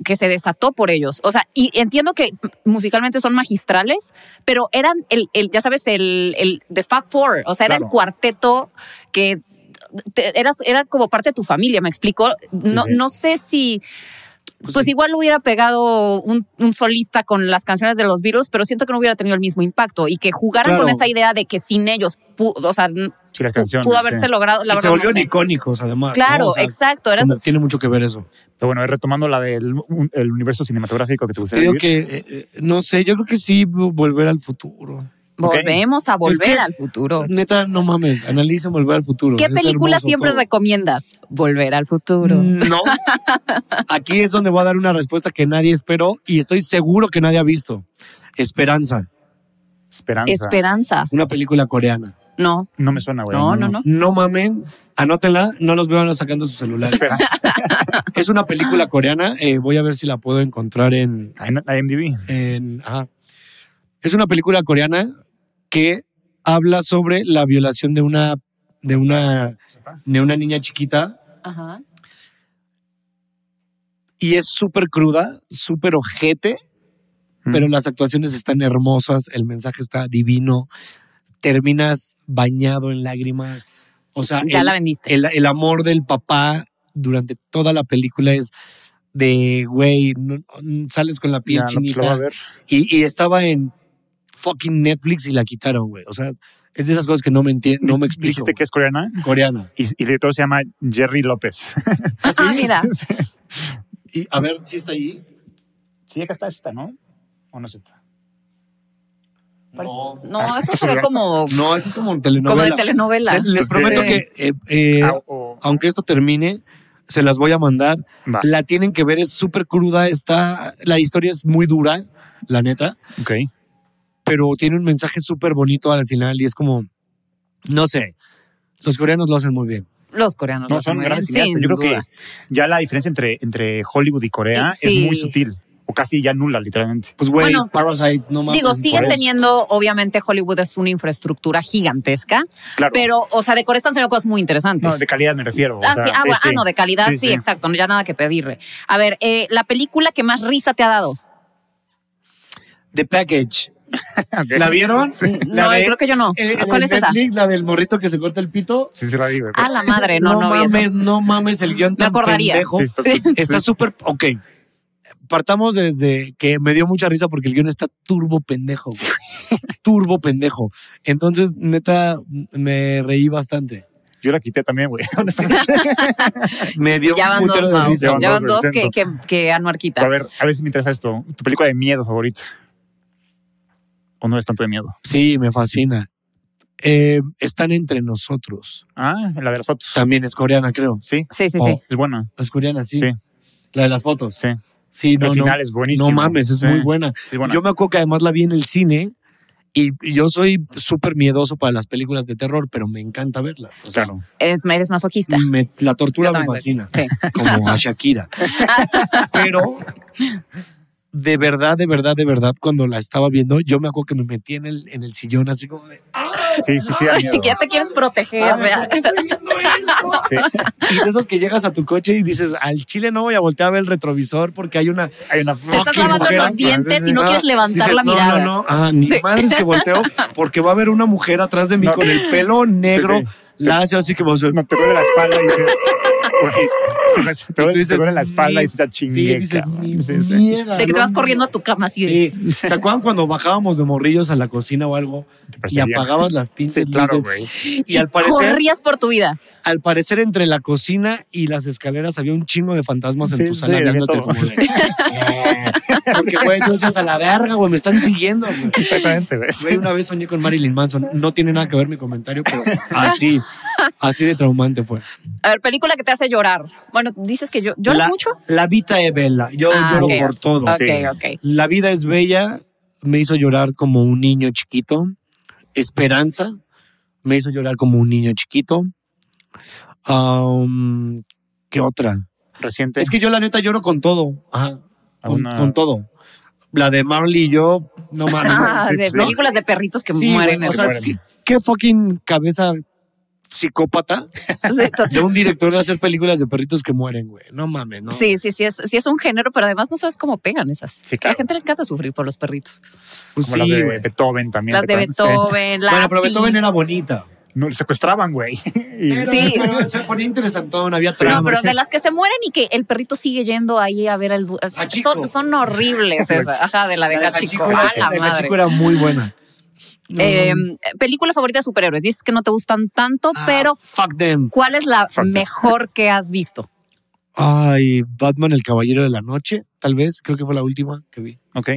S1: que se desató por ellos. O sea, y entiendo que musicalmente son magistrales, pero eran el, el ya sabes, el, el The Fab Four. O sea, era el
S3: Claro.
S1: cuarteto que te- eras, era como parte de tu familia. Me explico. No,
S3: sí.
S1: no sé si
S2: Pues
S1: pues,
S2: sí.
S1: igual hubiera pegado un, un solista con las canciones de los Beatles, pero siento que no hubiera tenido el mismo impacto y que jugaran
S2: Claro.
S1: con esa idea de que sin ellos, pu- o sea, n-
S3: Sí, las
S1: pu-
S3: canciones.
S1: pudo
S3: sí.
S1: haberse logrado. La
S2: Y
S1: verdad,
S2: se
S1: no
S2: volvieron
S1: sé.
S2: icónicos, además. ¿no?
S1: Claro,
S2: O sea,
S1: exacto. Era
S2: como
S1: su-
S2: Tiene mucho que ver eso.
S3: Pero bueno, retomando la del un- el universo cinematográfico que te
S2: Te
S3: gustaría
S2: digo
S3: vivir.
S2: que, eh, eh, no sé, yo creo que sí, vo- volver al futuro.
S1: Volvemos a volver
S2: Es que-
S1: al futuro.
S2: Neta, no mames, analiza volver al futuro.
S1: ¿Qué
S2: Es
S1: película
S2: hermoso
S1: siempre
S2: todo. Mm.
S1: recomiendas? Volver al futuro.
S2: No. Aquí es donde voy a dar una respuesta que nadie esperó y estoy seguro que nadie ha visto. Esperanza,
S3: Esperanza.
S1: Esperanza.
S2: una película coreana.
S1: No,
S3: no me suena, güey.
S1: no, no, no.
S2: No mamen, anótenla, no los veo sacando sus celulares.
S3: Esperanza.
S2: es una película coreana, eh, voy a ver si la puedo encontrar en...
S3: Ay, no, IMDb.
S2: en- ajá. Es una película coreana que habla sobre la violación de una, de una, de una niña chiquita
S1: Ajá.
S2: y es súper cruda, súper ojete,
S3: Mm.
S2: pero las actuaciones están hermosas, el mensaje está divino, terminas bañado en lágrimas. O sea,
S1: Ah, Ya
S2: el,
S1: la vendiste.
S2: el- el amor del papá durante toda la película es de, güey, no- sales con la piel
S3: Ya, no, pues, lo voy a
S2: chinita.
S3: ver.
S2: y, y estaba en fucking Netflix y la quitaron, güey. O sea, es de esas cosas que no me entiendo, no me explico.
S3: Dijiste que es coreana
S2: güey. coreana.
S3: y, y el director se llama Jerry López.
S1: Ah, mira.
S2: Y a ver si está ahí.
S3: Sí, acá está esta, ¿no? ¿O no es esta?
S2: No,
S1: No, eso
S3: Ah,
S1: se ve como,
S2: no, eso es como
S1: Pues como de
S2: telenovela.
S1: telenovela.
S2: Se- les
S3: Sí.
S2: prometo que, eh, eh,
S3: Ah, o-
S2: aunque esto termine, se las voy a mandar.
S3: Va,
S2: La tienen que ver, es súper cruda, está, la historia es muy dura, la neta,
S3: ok.
S2: pero tiene un mensaje súper bonito al final y es como, no sé, los coreanos lo hacen muy bien.
S1: Los coreanos.
S3: No,
S1: lo
S3: son
S1: hacen muy
S3: grandes
S1: bien,
S3: cineastas. Yo
S1: sin
S3: creo
S1: duda. Eh,
S3: que ya la diferencia entre, entre Hollywood y Corea
S1: Sí.
S3: es muy sutil o casi ya nula, literalmente.
S2: Pues güey,
S1: Bueno,
S2: Parasites, no mames.
S1: Digo, siguen
S2: por eso.
S1: teniendo, obviamente, Hollywood es una infraestructura gigantesca,
S3: Claro.
S1: pero, o sea, de Corea están saliendo cosas muy interesantes.
S3: no, de calidad me refiero. o
S1: Ah,
S3: sea,
S1: sí, ah,
S3: sí,
S1: bueno, ah,
S3: sí.
S1: no, de calidad, sí,
S3: Sí, sí.
S1: exacto, no, ya nada que pedirle. A ver, eh, la película que más risa te ha dado.
S2: The Package.
S3: Ok.
S2: ¿La vieron? La
S1: Mm, no,
S2: de-
S1: creo que yo no.
S2: eh,
S1: ¿Cuál
S2: de
S1: es esa?
S2: Netflix, La del morrito que se corta el pito.
S3: Sí, sí, la vi, güey.
S1: Ah, la madre, no, no, vi
S2: mames,
S1: eso.
S2: no mames el guión
S1: Me
S2: tan
S1: acordaría.
S2: pendejo.
S3: Sí, está-
S2: Está
S3: sí.
S2: súper. Ok. Partamos desde que me dio mucha risa porque el guión está turbo pendejo. güey. turbo pendejo. Entonces, neta, me reí bastante.
S3: Yo la quité también, güey.
S2: Me dio
S1: Ya van
S2: un
S1: dos,
S2: putero de
S1: Mau,
S2: risa.
S3: van
S1: ya van
S3: dos,
S1: dos que, que, que Anuar quita.
S3: A ver, a ver si me interesa esto. ¿Tu película de miedo favorita? ¿O no es tanto de miedo?
S2: Sí, me fascina. Eh, están entre nosotros.
S3: Ah, la de las fotos.
S2: También es coreana, creo.
S3: Sí,
S1: Sí, sí, sí.
S3: es buena.
S2: Es coreana, sí.
S3: Sí,
S2: La de las fotos.
S3: sí.
S2: Sí,
S3: El
S2: no, no.
S3: final es buenísimo.
S2: No mames, es
S3: Sí,
S2: muy buena.
S3: sí, es buena.
S2: Yo me acuerdo que además la vi en el cine y y yo soy súper miedoso para las películas de terror, pero me encanta verla. O sea,
S3: pues, Claro.
S1: Eres, eres masoquista.
S2: me- la tortura
S1: Yo
S2: me
S1: también soy.
S2: fascina,
S1: Sí.
S2: como a Shakira. pero de verdad, de verdad, de verdad, cuando la estaba viendo, yo me acuerdo que me metí en el, en el sillón así como de...
S3: Sí, sí, sí, da miedo.
S1: que ya te quieres proteger.
S2: "Ah,
S1: vea.
S2: ¿por qué estoy viendo esto?".
S3: Sí.
S2: Y de esos que llegas a tu coche y dices, al chile no voy a voltear a ver el retrovisor porque hay una
S3: Hay una
S1: Te estás
S2: fucking
S1: lavando
S2: mujer,
S1: los dientes y no
S2: Ah,
S1: quieres levantar
S2: dices,
S1: la
S2: "No,
S1: mirada.
S2: No, no, ah, ni madres que volteo, porque va a haber una mujer atrás de mí
S3: No.
S2: con el pelo negro,
S3: Sí, sí.
S2: lacio, así que vos.
S3: No, te duele la espalda y dices... Güey, sí, exacto. te, duele, te duele la espalda y dices, ya
S2: Sí,
S3: chingue,
S2: dices,
S3: cabrón.
S2: "Ni
S3: Sí, sí.
S2: mierda,
S1: De que te
S2: no,
S1: vas corriendo a tu cama así de...
S2: Sí. ¿Se acuerdan cuando bajábamos de morrillos a la cocina o algo
S3: Te
S2: y
S3: perseguía.
S2: apagabas las pinches
S3: Pues Sí, claro,
S2: luces?
S3: güey.
S2: Y al parecer,
S1: Corrías por tu vida.
S2: al parecer entre la cocina y las escaleras había un chingo de fantasmas en
S3: Sí,
S2: tu
S3: sí,
S2: sala
S3: había
S2: viéndote
S3: todo.
S2: como de, "Eh". Porque güey, tú decías a la verga, güey, me están siguiendo, güey.
S3: Exactamente, güey.
S2: Güey, una vez soñé con Marilyn Manson. No tiene nada que ver mi comentario, pero así, así de traumante fue.
S1: A ver, película que te hace llorar. Bueno, dices que yo... ¿Lloras
S2: la,
S1: mucho?
S2: La vida es bella. Yo
S1: Ah,
S2: lloro
S1: ok.
S2: por todo.
S1: Ok,
S3: sí.
S1: ok.
S2: La vida es bella. Me hizo llorar como un niño chiquito. Esperanza. Me hizo llorar como un niño chiquito. Um, ¿Qué otra?
S3: Reciente.
S2: Es que yo la neta lloro con todo. Ajá. Con,
S3: Una-
S2: con todo. La de Marley y yo, no mames.
S1: Ah,
S3: sí,
S1: de
S3: sí.
S1: películas de perritos que
S2: Sí,
S1: mueren.
S2: güey, o
S3: que
S2: sea,
S3: mueren.
S2: ¿qué, qué fucking cabeza psicópata
S1: Sí, total.
S2: de un director de hacer películas de perritos que mueren, güey. No mames, ¿no?
S1: Sí, sí, sí es, sí es un género, pero además no sabes cómo pegan esas. A
S3: Sí,
S1: la
S3: claro.
S1: gente le encanta sufrir por los perritos.
S2: Pues
S3: Como las
S2: sí,
S3: de
S2: güey.
S3: Beethoven también.
S1: Las de
S3: ¿te acuerdas? Sí.
S1: Beethoven, las
S2: Bueno, pero Beethoven era bonita.
S3: No, lo secuestraban, güey. Y-
S2: Pero,
S1: Sí.
S2: pero se ponía interesantón, había
S1: No,
S2: trama.
S1: pero de las que se mueren y que el perrito sigue yendo ahí a ver al... du-
S2: Hachiko.
S1: Son, son horribles esas. Ajá, de la de Hachiko. A la
S2: de
S1: madre.
S2: Hachiko era muy buena. No,
S1: Eh, película favorita de superhéroes. Dices que no te gustan tanto,
S2: ah,
S1: pero
S2: Fuck them.
S1: ¿cuál es la
S3: Fuck.
S1: mejor que has visto?
S2: Ay, Batman, el caballero de la noche, tal vez. Creo que fue la última que vi.
S3: Ok.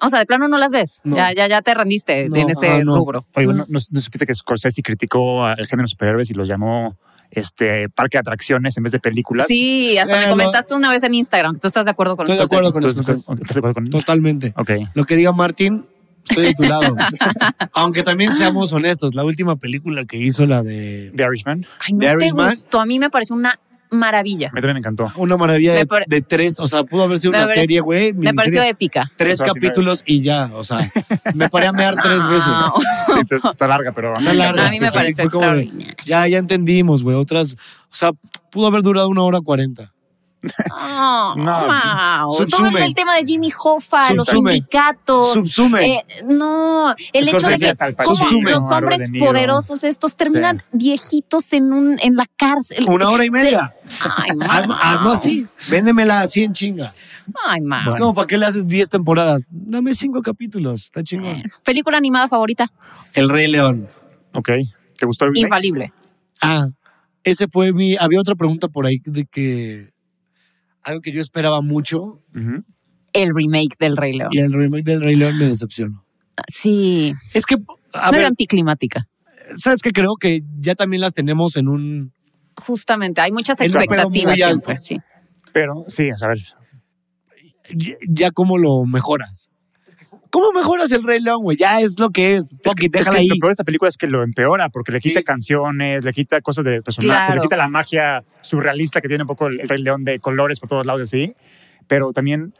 S1: O sea, de plano no las ves.
S2: No.
S1: Ya, ya, ya te rendiste
S2: No,
S1: en ese
S2: ah, no.
S1: rubro.
S3: Oye, ¿no, no, no supiste que Scorsese criticó al género de superhéroes y los llamó este parque de atracciones en vez de películas?
S1: Sí, hasta
S2: Eh,
S1: me
S2: no.
S1: comentaste una vez en Instagram que tú estás de acuerdo con
S2: Estoy de
S1: Scorsese.
S2: acuerdo con
S3: Entonces,
S2: eso.
S3: ¿Estás de acuerdo con
S2: Totalmente.
S3: Ok.
S2: Lo que diga Martín, estoy de tu lado. Aunque también seamos honestos, la última película que hizo, la de
S3: The Irishman.
S1: Ay, no
S2: The
S1: te
S2: Irishman.
S1: gustó. A mí me pareció una maravilla.
S3: Me también me encantó.
S2: Una maravilla
S1: Me
S2: de,
S1: pare-
S2: de tres, o sea, pudo haber sido
S1: Me
S2: una
S1: parece-
S2: serie, güey.
S1: Me
S2: miniserie,
S1: pareció épica.
S2: Tres
S3: Dos y medio.
S2: capítulos y ya, o sea, me paré a mear tres veces.
S1: Ah,
S3: Sí, está- está larga, pero a mí,
S2: Está
S3: me
S2: larga,
S3: encantó.
S1: a mí me
S2: sí, sí,
S1: pareció
S2: fue como de-
S1: extraordinaria.
S2: Ya, ya entendimos, güey. Otras, o sea, pudo haber durado una hora cuarenta.
S1: Oh,
S3: No,
S1: wow.
S2: subsume.
S1: Todo el, el tema de Jimmy Hoffa, los
S2: Subsume.
S1: sindicatos.
S2: Subsume.
S1: Eh, no, el hecho de
S2: Scorsese
S1: que
S3: hasta el
S1: como
S2: Pacino,
S1: los
S3: Robert
S1: hombres
S3: De Niro.
S1: poderosos estos terminan viejitos en un en la cárcel.
S2: una hora y media.
S1: Ay, Mau.
S2: Hazlo, hazlo así. Véndemela así en chinga.
S1: Ay, Mau.
S2: Es como, ¿para qué le haces diez temporadas? Dame cinco capítulos. Está chingón.
S1: Bueno, Película animada favorita.
S2: El Rey León.
S3: Ok. ¿Te gustó el remake?
S1: Infalible.
S2: Ah, ese fue mi. Había otra pregunta por ahí de que. Algo que yo esperaba mucho
S3: Ujú.
S1: El remake del Rey León.
S2: y el remake del Rey León me decepcionó.
S1: Sí.
S2: Es que, a
S1: Medio
S2: ver,
S1: anticlimática.
S2: ¿sabes qué? Creo que ya también las tenemos en un.
S1: Justamente. Hay muchas
S2: Es un pedo
S1: expectativas
S2: muy alto.
S1: siempre. Sí.
S3: Pero sí, a ver.
S2: ya- Ya cómo lo mejoras. ¿Cómo mejoras el Rey León, güey? Ya es lo que es.
S3: Es
S2: Fuck
S3: que,
S2: it, déjala
S3: es que
S2: ahí.
S3: Lo peor de esta película es que lo empeora porque le quita
S2: Sí.
S3: canciones, le quita cosas de personajes,
S1: Claro.
S3: le quita la magia surrealista que tiene un poco el, el Rey León de colores por todos lados y así. Pero también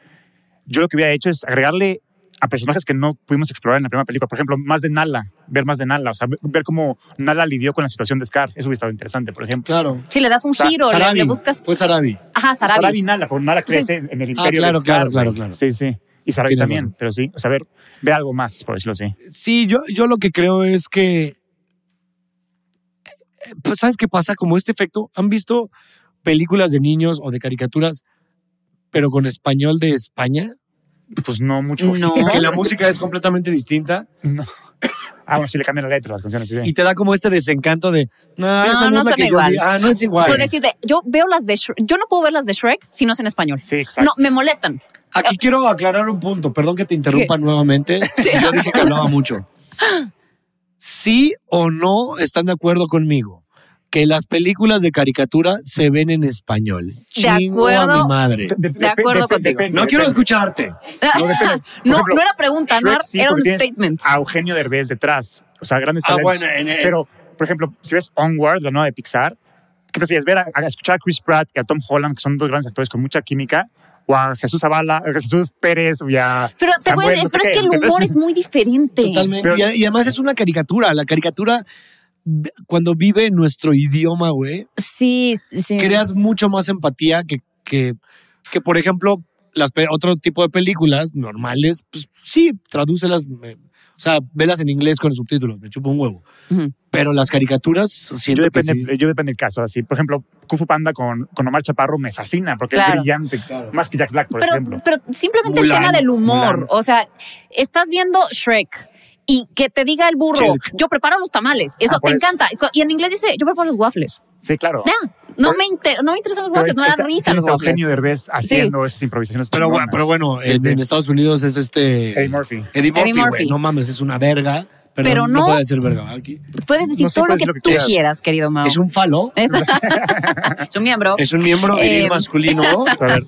S3: yo lo que hubiera hecho es agregarle a personajes que no pudimos explorar en la primera película. Por ejemplo, más de Nala, ver más de Nala, o sea, ver- ver cómo Nala lidió con la situación de Scar. Eso hubiera estado interesante, por ejemplo.
S2: Claro.
S1: Sí, le das un
S3: Sa-
S1: giro, le,
S2: Sarabi.
S1: le buscas.
S2: Fue Sarabi.
S1: Ajá,
S3: Sarabi.
S1: Sarabi.
S3: y Nala, porque Nala crece en el imperio
S2: Ah, claro,
S3: de Scar,
S2: claro, claro,
S3: güey.
S2: claro.
S3: Sí, sí. Y Sarabi
S2: Tienes
S3: también,
S2: razón.
S3: pero sí. O sea, ver, ve algo más, por decirlo así.
S2: Sí, yo, yo lo que creo es que. Eh, pues, ¿Sabes qué pasa? Como este efecto, ¿han visto películas de niños o de caricaturas, pero con español de España?
S3: Pues no mucho.
S1: No.
S2: Que la música es completamente distinta
S3: Ah, bueno, sí le cambian la letra, las canciones. Sí, sí.
S2: y te da como este desencanto de. No, esa no,
S1: no
S2: es la
S1: son
S2: que yo
S1: igual.
S2: vi". Ah, no es igual.
S1: Por decirte, yo veo las de Shrek. Yo no puedo ver las de Shrek si no es en español.
S3: Sí, exacto.
S1: No, me molestan.
S2: Aquí quiero aclarar un punto. Perdón que te interrumpa nuevamente.
S1: Sí.
S2: Yo dije que hablaba mucho. ¿Sí o no están de acuerdo conmigo? Que las películas de caricatura se ven en español. Chingo a
S1: acuerdo.
S2: mi madre.
S3: De,
S1: acuerdo contigo.
S2: No quiero escucharte.
S3: No, depende. Por
S1: No,
S3: ejemplo,
S1: no era pregunta, no
S3: Shrek
S1: era,
S3: sí,
S1: era un
S3: porque tienes
S1: statement.
S3: A Eugenio Derbez detrás. O sea, grandes
S2: Ah,
S3: talentos.
S2: bueno, en el-
S3: Pero, por ejemplo, si ves Onward, la nueva de Pixar, ¿qué prefieres? ¿Ver a, a escuchar a Chris Pratt y a Tom Holland, que son dos grandes actores con mucha química? ¿O a Jesús Zavala, a Jesús Pérez y a
S1: Pero, te
S3: Samuel,
S1: puedes-
S3: no sé
S1: pero es
S3: qué?
S1: que el
S3: ¿Entendés?
S1: humor es muy diferente.
S2: Totalmente.
S3: Pero-
S2: y, a- y además es una caricatura. La caricatura, v- cuando vive en nuestro idioma, güey,
S1: Sí, sí.
S2: creas mucho más empatía que, que, que, por ejemplo, las pe- otro tipo de películas normales, pues sí, tradúcelas, me- o sea, velas en inglés con subtítulos, me chupo un huevo.
S1: Ujú.
S2: Pero las caricaturas, siento
S3: Yo
S2: que
S3: depende,
S2: sí.
S3: yo depende del caso. Así, por ejemplo, Kung Fu Panda con, con Omar Chaparro me fascina porque
S1: Claro.
S3: es brillante, más que Jack Black, por
S1: Pero,
S3: ejemplo.
S1: pero simplemente el
S2: Mulan,
S1: tema del humor.
S3: Mulan.
S1: O sea, estás viendo Shrek. Y que te diga el burro,
S2: Shrek.
S1: yo preparo los tamales. Eso
S3: Ah,
S1: te
S3: por eso.
S1: encanta. Y en inglés dice, yo preparo los waffles.
S3: Sí, claro.
S1: Ya, no,
S3: Pero-
S1: me inter- no me interesan los
S3: Pero
S1: waffles, no me
S3: esta-
S1: dan risa
S3: tienes
S1: los
S3: a
S1: waffles.
S3: Eugenio Derbez haciendo esas improvisaciones.
S2: Pero, bueno,
S3: chingonas.
S2: pero bueno,
S3: Sí,
S2: en,
S3: sí.
S2: en Estados Unidos es este.
S3: Eddie Murphy.
S2: Eddie Murphy, güey.
S1: Murphy.
S2: No mames, es una verga. Pero,
S1: Pero
S2: no,
S1: no.
S2: puede ser verga aquí.
S1: Puedes decir
S3: No sé,
S1: todo lo
S3: puedes
S1: que,
S3: lo que
S1: tú
S3: quieras.
S1: quieras, querido Mao.
S2: Es un falo,
S1: Es- es un miembro.
S2: es un miembro
S1: Eh,
S2: viril masculino.
S3: A ver,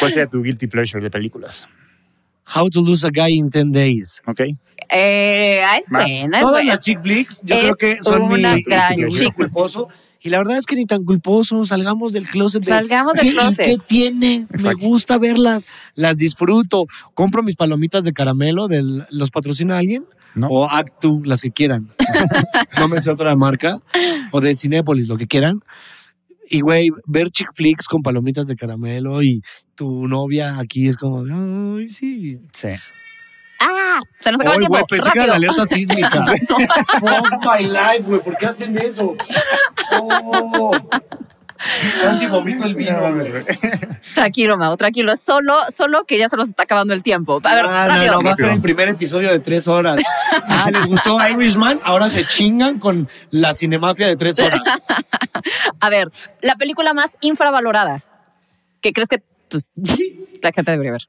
S3: ¿cuál sería tu guilty pleasure de películas?
S2: How to Lose a Guy in 10 Days.
S3: ¿ok?
S1: Eh, ah, es
S3: Ma-
S1: buena, es
S2: Todas
S1: buena.
S2: las chick flicks, yo
S1: es
S2: creo que son mi
S1: una gran
S2: mi gusto
S1: chick flick.
S2: culposo. Y la verdad es que ni tan culposo, salgamos del closet. de,
S1: Salgamos del
S2: "¿Qué- y
S1: closet".
S2: ¿Qué tiene?
S3: Exacto.
S2: Me gusta verlas, las disfruto. Compro mis palomitas de caramelo, del, ¿los patrocina alguien?
S3: No.
S2: O Actu, las que quieran. no me sé otra marca. O de Cinépolis, lo que quieran. Y, güey, ver chick flicks con palomitas de caramelo y tu novia aquí es como, de, ay, sí.
S3: Sí.
S1: Ah, se nos acaba el
S2: Ay,
S1: tiempo.
S2: güey, pensé que era
S1: Rápido.
S2: la alerta sísmica. Fuck my life, güey, ¿por qué hacen eso? No. Casi vomito el vino, güey.
S1: Tranquilo, Mau, tranquilo. Es Solo, solo que ya se nos está acabando el tiempo. A ver,
S2: Ah,
S1: rápido.
S2: no, no, va a ser el primer episodio de tres horas. Ah, ¿les gustó Irishman? Ahora se chingan con la cinemafia de tres horas.
S1: A ver, la película más infravalorada. ¿Qué crees que pues, la gente debería ver?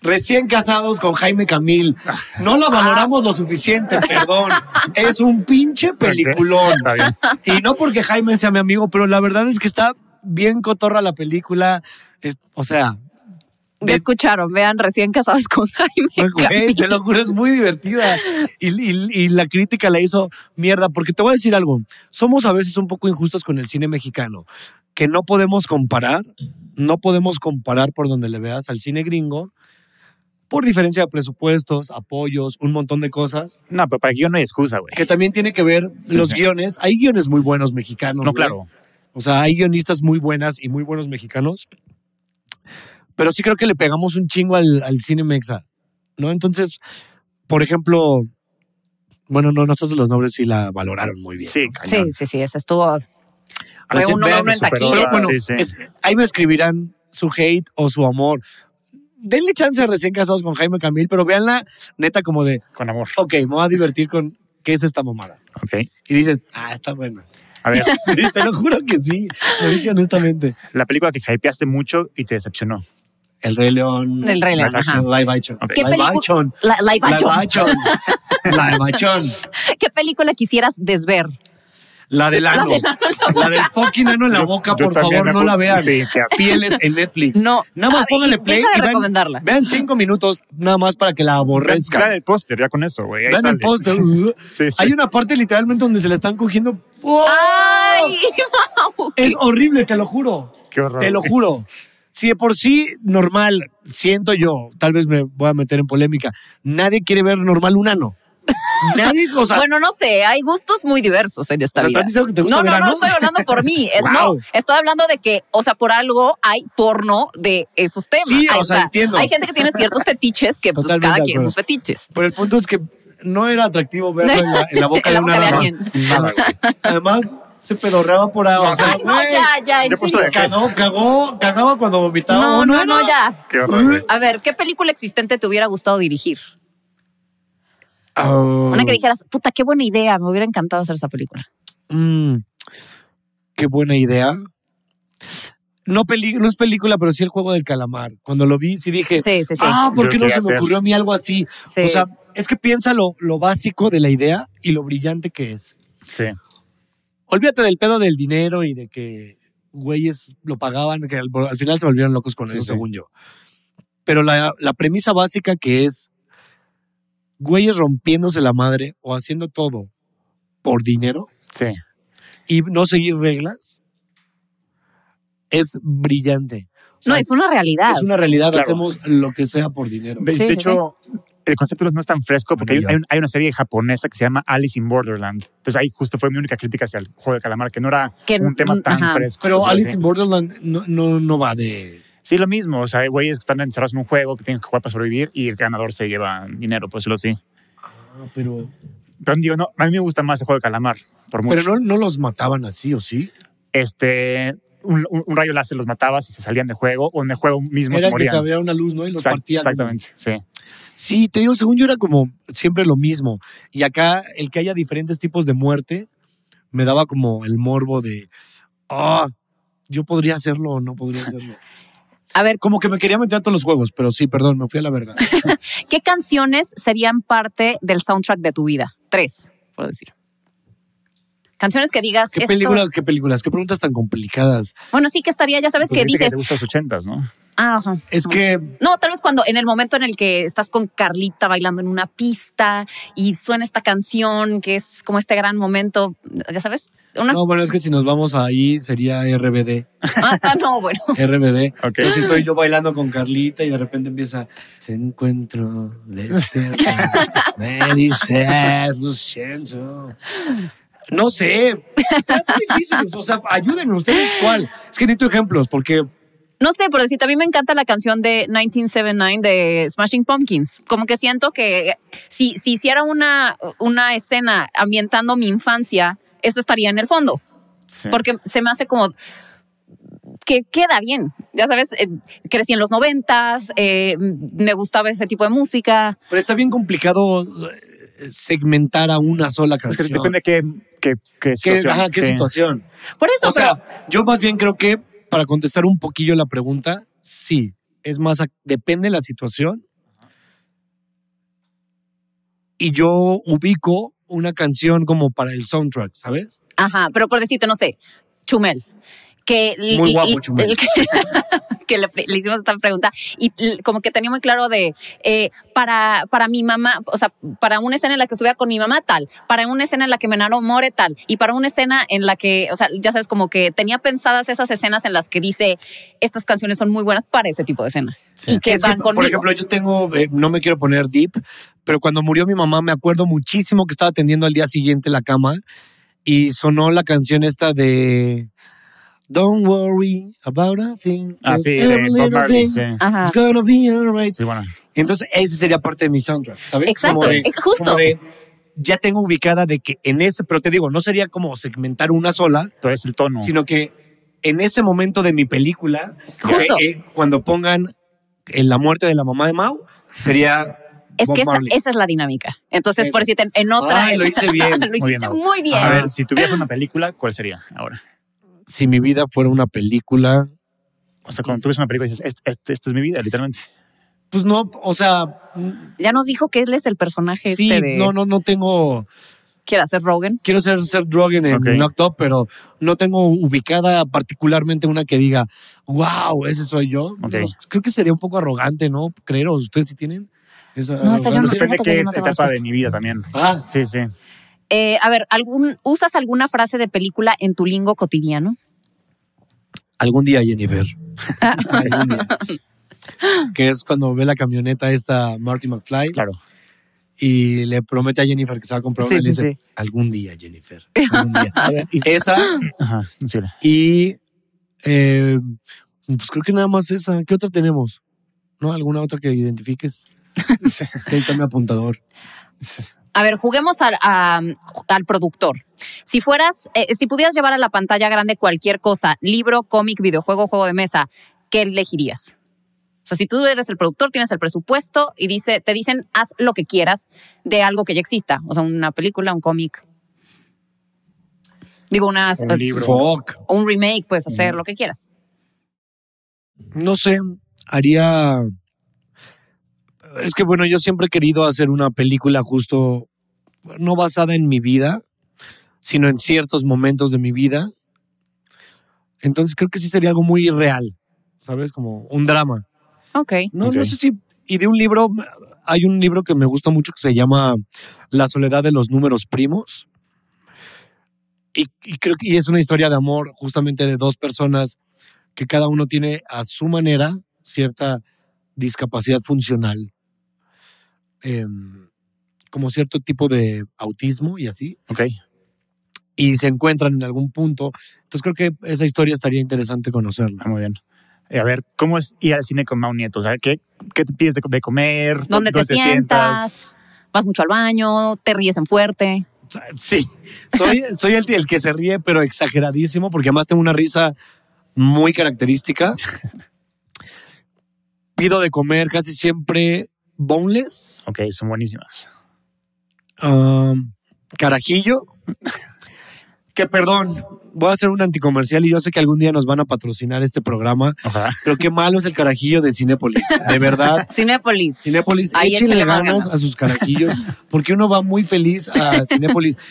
S2: Recién casados con Jaime Camil. No la valoramos lo suficiente, perdón. Es un pinche peliculón.
S3: Está bien.
S2: Y no porque Jaime sea mi amigo, pero la verdad es que está bien cotorra la película. Es- o sea,
S1: Ya
S2: De- Pues,
S1: escucharon, vean recién casados con Jaime.
S2: Güey, te lo juro, es muy divertida. Y, y- y la crítica la hizo mierda, porque te voy a decir algo. Somos a veces un poco injustos con el cine mexicano, que no podemos comparar, no podemos comparar por donde le veas al cine gringo, por diferencia de presupuestos, apoyos, un montón de cosas,
S3: No, pero para que yo no hay excusa, güey.
S2: que también tiene que ver
S3: Sí,
S2: los
S3: sí.
S2: guiones. Hay guiones muy buenos mexicanos.
S3: No,
S2: güey.
S3: claro.
S2: O sea, hay guionistas muy buenas y muy buenos mexicanos. Pero sí creo que le pegamos un chingo al, al cine mexa, ¿no? Entonces, por ejemplo, bueno, no, nosotros los nobles sí la valoraron muy bien.
S3: Sí,
S1: Sí,
S3: cañón.
S1: sí, sí, ese estuvo. Fue
S2: Así,
S1: un
S2: vean,
S1: logro en
S3: superó
S1: taquilla.
S2: Pero bueno,
S3: Sí, sí.
S2: es- ahí me escribirán su hate o su amor. Denle chance a recién casados con Jaime Camil, pero véanla neta como de,
S3: Con amor.
S2: ok, me voy a divertir con qué es esta mamada.
S3: Ok.
S2: Y dices, ah, está buena.
S3: A ver,
S2: Sí, te lo juro que sí, lo dije honestamente.
S3: la película que hypeaste mucho y te decepcionó.
S2: El Rey León.
S1: El Rey León,
S2: Live action, Live action.
S3: Ok.
S1: ¿Qué
S2: Live
S1: película?
S2: action.
S1: La, la
S2: Live
S1: Ibacho.
S2: action. Live action.
S1: ¿Qué película quisieras desver?
S2: La del ano. La del fucking ano en la boca,
S3: Yo
S2: por
S3: también
S2: favor, no
S3: apu-
S2: la vean.
S3: Sí, qué asco.
S2: Pieles en Netflix.
S1: No.
S2: Nada más
S1: Ah,
S2: póngale
S1: y-
S2: play
S1: deja de
S2: y vean,
S1: recomendarla.
S2: vean cinco minutos nada más para que la
S3: Vean
S2: aborrezcan.
S3: vean el póster, ya con eso, güey. Ahí
S2: Vean el
S3: sale.
S2: póster.
S3: Sí, sí.
S2: uh, Hay una parte literalmente donde se la están cogiendo. ¡Oh!
S1: ¡Ay, Mau!
S2: Es horrible, te lo juro.
S3: Qué horror.
S2: Te lo juro. Si de por sí normal, siento yo, tal vez me voy a meter en polémica, nadie quiere ver normal un ano. Nadie, o sea,
S1: bueno, no sé, hay gustos muy diversos en esta
S2: O sea,
S1: vida.
S2: ¿estás diciendo que te gusta
S1: no,
S2: ver
S1: no, no
S2: ano?
S1: estoy hablando por mí. es- No,
S2: Wow.
S1: estoy hablando de que, o sea, por algo hay porno de esos temas.
S2: Sí,
S1: Ay,
S2: o sea, entiendo.
S1: Hay gente que tiene ciertos fetiches que pues,
S2: Totalmente
S1: cada
S2: de
S1: quien
S2: acuerdo.
S1: sus fetiches.
S2: pero el punto es que no era atractivo verlo en la, en la boca
S1: En
S2: de
S1: la
S2: una
S1: boca de
S2: dama.
S1: alguien.
S3: Nada, güey.
S2: Además, se pedorreaba por ahí. o sea,
S1: Ay, Ah, no,
S2: güey,
S1: ya, ya, en
S3: Yo puesto
S1: serio.
S3: de-
S2: Cagó, cagó, cagaba cuando vomitaba.
S1: No,
S2: Oh,
S1: no, no, ya.
S3: Qué horror. güey.
S1: A ver, ¿qué película existente te hubiera gustado dirigir?
S2: Oh.
S1: Una que dijeras, puta, qué buena idea, me hubiera encantado hacer esa película.
S2: Mm, qué buena idea. No, peli- no es película, pero sí el juego del calamar. Cuando lo vi, sí dije,
S1: Sí, sí, sí.
S2: ah, ¿por
S3: Yo
S2: qué no
S3: quería
S2: se me
S3: hacer.
S2: ocurrió a mí algo así?
S1: Sí.
S2: O sea, es que piensa lo, lo básico de la idea y lo brillante que es.
S3: Sí.
S2: Olvídate del pedo del dinero y de que güeyes lo pagaban, que al, al final se volvieron locos con
S3: Sí,
S2: eso,
S3: sí.
S2: según yo. Pero la, la premisa básica que es güeyes rompiéndose la madre o haciendo todo por dinero
S3: Sí.
S2: y no seguir reglas es brillante. O sea,
S1: no, es una realidad.
S2: es una realidad.
S3: Claro.
S2: Hacemos lo que sea por dinero.
S3: De,
S1: Sí,
S3: de
S1: sí,
S3: hecho, el concepto no es tan fresco porque hay,
S2: Bueno,
S3: hay
S2: ya.
S3: un- hay una serie japonesa que se llama Alice in Borderland. Entonces ahí justo fue mi única crítica hacia el juego de calamar, que no era
S1: Que-
S3: un tema tan
S1: ajá.
S3: fresco.
S2: Pero
S3: O sea,
S2: Alice
S3: Pues, sí.
S2: in Borderland no, no, no va de...
S3: Sí, lo mismo. O sea, hay güeyes que están encerrados en un juego que tienen que jugar para sobrevivir y el ganador se lleva dinero, pues lo sí.
S2: pero
S3: Pero digo, no, a mí me gusta más el juego de calamar, por mucho.
S2: pero no, no los mataban así, ¿o sí?
S3: Este, un, un- un rayo láser los matabas y se salían del juego o en el juego mismo
S2: Era
S3: se
S2: que se
S3: morían.
S2: abría una luz, ¿no? Y los
S3: Exact-
S2: partían.
S3: exactamente, sí.
S2: Sí, te digo, según yo era como siempre lo mismo. Y acá el que haya diferentes tipos de muerte me daba como el morbo de, ah, yo podría hacerlo o no podría hacerlo.
S1: A ver,
S2: Como que me quería meter a todos los juegos, pero sí, perdón, me fui a la verga.
S1: ¿qué canciones serían parte del soundtrack de tu vida? Tres, puedo decir. Canciones que digas.
S2: ¿Qué
S1: esto-
S2: películas, qué películas, qué preguntas tan complicadas?
S1: Bueno, sí que estaría, ya sabes
S3: Pues
S1: que
S3: dijiste
S1: dices.
S3: te gustan los ochentas, ¿no?
S1: "Ah, ajá".
S2: Es que
S1: No, tal vez cuando en el momento en el que estás con Carlita bailando en una pista y suena esta canción que es como este gran momento, ya sabes, una
S2: no, bueno, es que si nos vamos ahí sería RBD,
S1: Ah, ah, no, bueno.
S2: RBD.
S3: Ok.
S2: Entonces Pues estoy yo bailando con Carlita y de repente empieza Te encuentro despierta, me dices lo siento. No sé, está muy difícil. O sea, ayúdenme ustedes cuál. Es que necesito ejemplos porque
S1: No sé, pero decirte, a mí me encanta la canción de 1979 de Smashing Pumpkins. Como que siento que si, si hiciera una, una escena ambientando mi infancia, eso estaría en el fondo.
S3: Sí.
S1: Porque se me hace como que queda bien. Ya sabes, eh, crecí en los noventas, eh, me gustaba ese tipo de música.
S2: pero está bien complicado eh, segmentar a una sola
S3: Es que
S2: canción.
S3: depende de qué, qué, qué
S2: ¿Qué,
S3: situación.
S2: ajá, qué
S3: Sí.
S2: situación?
S1: Por eso,
S2: O sea, yo más bien creo que para contestar un poquillo la pregunta, sí. Es más, ac- depende de la situación. Y yo ubico una canción como para el soundtrack, ¿sabes?
S1: pero, ajá, pero por decirte, no sé, Chumel. Que
S2: Muy guapo, Chumel.
S1: que que le, le hicimos esta pregunta y l- como que tenía muy claro de eh, para, para mi mamá, o sea, para una escena en la que estuviera con mi mamá tal, para una escena en la que me enamoré tal, y para una escena en la que, o sea, ya sabes, como que tenía pensadas esas escenas en las que dice estas canciones son muy buenas para ese tipo de escena
S3: Sí.
S1: y que
S2: Es que,
S1: van conmigo.
S2: por ejemplo, yo tengo, eh, no me quiero poner deep, pero cuando murió mi mamá me acuerdo muchísimo que estaba atendiendo al día siguiente la cama y sonó la canción esta de Don't worry about a thing.
S3: Ah, sí,
S2: 'cause every
S3: de Bob
S2: little
S3: Marley.
S2: thing
S3: Sí.
S1: Ajá.
S2: It's gonna be alright.
S3: Sí, bueno.
S2: Entonces, ese sería parte de mi soundtrack, ¿sabes?
S1: Exacto, eh, justo.
S2: como de, ya tengo ubicada de que en ese, pero te digo, no sería como segmentar una sola,
S3: Pero es el tono.
S2: sino que en ese momento de mi película,
S1: Justo.
S2: eh, eh, cuando pongan en la muerte de la mamá de Mau, sería.
S1: Es
S2: Bob
S1: que esa,
S2: Marley.
S1: esa es la dinámica. Entonces, por
S2: Eso.
S1: decirte, en, en otra...
S2: Ay, lo hice bien.
S1: lo hiciste
S3: bien, Mau.
S1: muy bien.
S3: A ver, si tuvieras una película, ¿cuál sería ahora?
S2: Si mi vida fuera una película,
S3: O sea, cuando tú ves una película dices, "Este- este- esta es mi vida, literalmente.
S2: pues no, o sea,
S1: Ya nos dijo que él es el personaje
S2: sí,
S1: este de...
S2: no, no, no tengo.
S1: ¿Quiere hacer Rogan?
S2: quiero ser, ser Drogen en
S3: Ok.
S2: Knocked Up, pero no tengo ubicada particularmente una que diga, wow, ese soy yo.
S3: Ok.
S2: No, creo que sería un poco arrogante, ¿no? Creo, ustedes sí tienen. esa
S1: No, esa yo
S2: arrogancia?
S3: Entonces,
S1: no-
S3: depende de
S1: todavía
S3: qué
S1: no tengo
S3: etapa de
S1: respuesta.
S3: mi vida también.
S2: Ah,
S3: Sí, sí.
S1: Eh, a ver, ¿algún, ¿usas alguna frase de película en tu lingo cotidiano?
S2: algún día, Jennifer.
S1: Ah.
S2: Algún día. que es cuando ve la camioneta esta Marty McFly
S3: Claro.
S2: y le promete a Jennifer que se va a comprar
S1: Sí,
S2: una y le
S1: sí,
S2: dice, algún día, Jennifer. algún día". esa
S3: Ajá, sí.
S2: y eh, pues creo que nada más esa. ¿Qué otra tenemos? ¿No? ¿Alguna otra que identifiques? es que ahí está mi apuntador.
S1: A ver, juguemos al, a- al productor. Si fueras, eh, si pudieras llevar a la pantalla grande cualquier cosa, libro, cómic, videojuego, juego de mesa, ¿qué elegirías? O sea, si tú eres el productor, tienes el presupuesto y dice, te dicen haz lo que quieras de algo que ya exista, o sea, una película, un cómic. Digo, una,
S3: Un libro.
S2: Fuck.
S1: o un remake, puedes hacer lo que quieras.
S2: No sé, haría... Es que bueno, yo siempre he querido hacer una película justo, no basada en mi vida, sino en ciertos momentos de mi vida. Entonces creo que sí sería algo muy real, ¿sabes? Como un drama.
S1: Ok.
S2: No,
S3: Ok.
S2: no sé si. Y de un libro, hay un libro que me gusta mucho que se llama La soledad de los números primos. Y, y creo que y es una historia de amor justamente de dos personas que cada uno tiene a su manera cierta discapacidad funcional, em, como cierto tipo de autismo y así
S3: Ok.
S2: y se encuentran en algún punto. Entonces creo que esa historia estaría interesante conocerla.
S3: Ah, Muy bien. Eh, A ver, ¿cómo es ir al cine con Mau Nieto? O sea, ¿qué, qué te pides de, de comer?
S1: ¿Dónde, te, sientas? ¿Vas mucho al baño? ¿Te ríes en fuerte?
S2: Sí, soy, soy el, el que se ríe, pero exageradísimo, porque además tengo una risa muy característica. Pido de comer casi siempre boneless,
S3: Ok, son buenísimas.
S2: um, carajillo. Que perdón, voy a hacer un anticomercial y yo sé que algún día nos van a patrocinar este programa,
S3: Ojalá.
S2: pero qué malo es el carajillo de Cinépolis. De verdad,
S1: Cinépolis.
S2: Cinépolis,
S1: Ahí
S2: échenle
S1: échale más
S2: ganas
S1: ganas.
S2: a sus carajillos, porque uno va muy feliz a Cinépolis. Que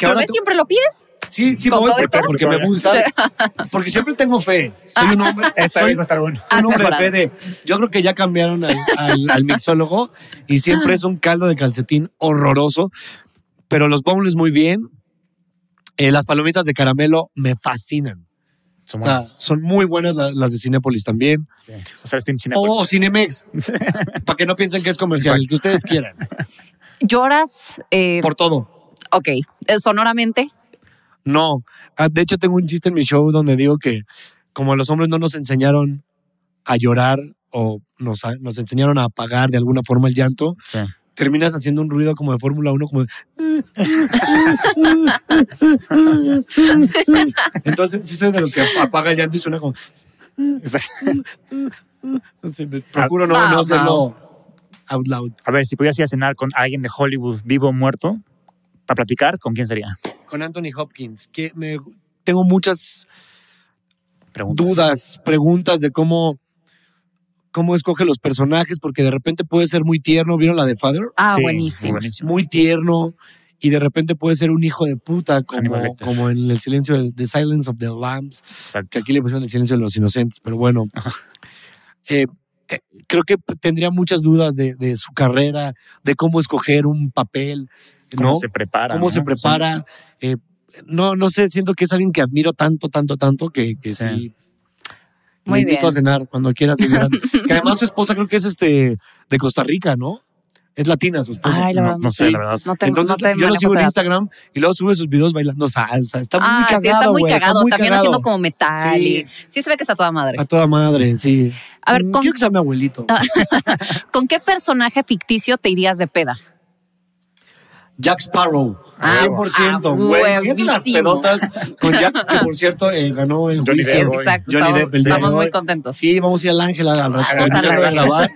S1: ¿Pero
S2: ahora
S1: ves
S2: tú-
S1: siempre lo pides?
S2: Sí, sí, me
S1: ¿Con
S2: voy
S1: todo y
S2: porque,
S3: todo?
S2: porque me gusta. Porque siempre tengo fe. Soy un hombre,
S3: Esta
S2: soy
S3: vez va a estar bueno.
S1: Has
S2: un hombre de
S1: mejorado.
S2: fe de. Yo creo que ya cambiaron al, al- al mixólogo y siempre es un caldo de calcetín horroroso. Pero los bowls muy bien. Eh, las palomitas de caramelo me fascinan.
S3: Son
S2: O sea,
S3: buenos.
S2: son muy buenas la- las, de Cinépolis también.
S3: Sí. O sea, este Steam China.
S1: Oh.
S2: O Cinemex. para que no piensen que es comercial, el que ustedes quieran.
S1: ¿Lloras? eh,
S2: Por todo.
S1: ok, eh, sonoramente.
S2: No. Ah, De hecho, tengo un chiste en mi show donde digo que como a los hombres no nos enseñaron a llorar o nos, a- nos enseñaron a apagar de alguna forma el llanto,
S3: Sí.
S2: terminas haciendo un ruido como de Fórmula 1, como de- Entonces, sí soy de los que apaga el llanto y suena como...
S3: Exacto.
S2: Sí, me- Procuro no,
S1: Ah,
S2: no hacerlo out loud.
S3: A ver, si pudieras ir a cenar con alguien de Hollywood, vivo o muerto, para platicar, ¿con quién sería?
S2: Con Anthony Hopkins, que me... Tengo muchas
S3: Preguntas.
S2: dudas, preguntas de cómo, cómo escoge los personajes, porque de repente puede ser muy tierno. ¿Vieron la de Father?
S1: Ah,
S3: Sí,
S1: buenísimo.
S3: buenísimo.
S2: Muy tierno. Y de repente puede ser un hijo de puta,
S3: Hannibal
S2: como,
S3: Lecter.
S2: como en el silencio, de- The Silence of the Lambs, que
S3: Exacto.
S2: aquí le pusieron el silencio de los inocentes, pero bueno. Eh, eh, creo que tendría muchas dudas de, de su carrera, de cómo escoger un papel,
S3: ¿Cómo
S2: ¿no?
S3: se prepara?
S2: cómo
S3: no? Pues
S2: se prepara. eh, no, no sé, siento que es alguien que admiro tanto, tanto, tanto que, que
S3: Sí.
S2: sí. Lo
S1: Muy
S2: invito
S1: bien.
S2: a cenar cuando quieras. cenar. que además su esposa creo que es este de Costa Rica, ¿no? Es latina su esposa.
S1: Ay, la
S3: No,
S1: verdad.
S3: no sé, la verdad.
S1: No te,
S2: Entonces
S1: no te
S2: yo lo
S1: manejo
S2: sigo
S1: esa
S2: en
S1: edad.
S2: Instagram y luego sube sus videos bailando salsa. Está
S1: Ah,
S2: muy
S1: sí, está
S2: cagado,
S1: muy
S2: güey.
S1: cagado. También
S2: cagado.
S1: haciendo como metal.
S2: Sí. Ah.
S1: y- Sí se ve que está toda madre.
S2: A toda madre, sí.
S1: A ver,
S2: Mm,
S1: ¿con,
S2: Quiero que sea mi abuelito.
S1: Ah. ¿con qué personaje ficticio te irías de peda?
S2: Jack Sparrow,
S1: Ah,
S2: 100%,
S1: ah,
S2: güey. Fíjate las
S1: huevísimo.
S2: pedotas con Jack, que por cierto eh, ganó el
S3: Johnny
S2: juicio.
S3: Depp.
S1: Sí,
S3: voy.
S1: exacto.
S2: Johnny
S1: estamos
S2: Depp, el
S1: estamos
S2: día de
S1: muy
S2: hoy.
S1: contentos.
S2: Sí, vamos a ir al Ángel al al-
S1: Ah,
S2: al-
S1: vamos a
S2: a grabar,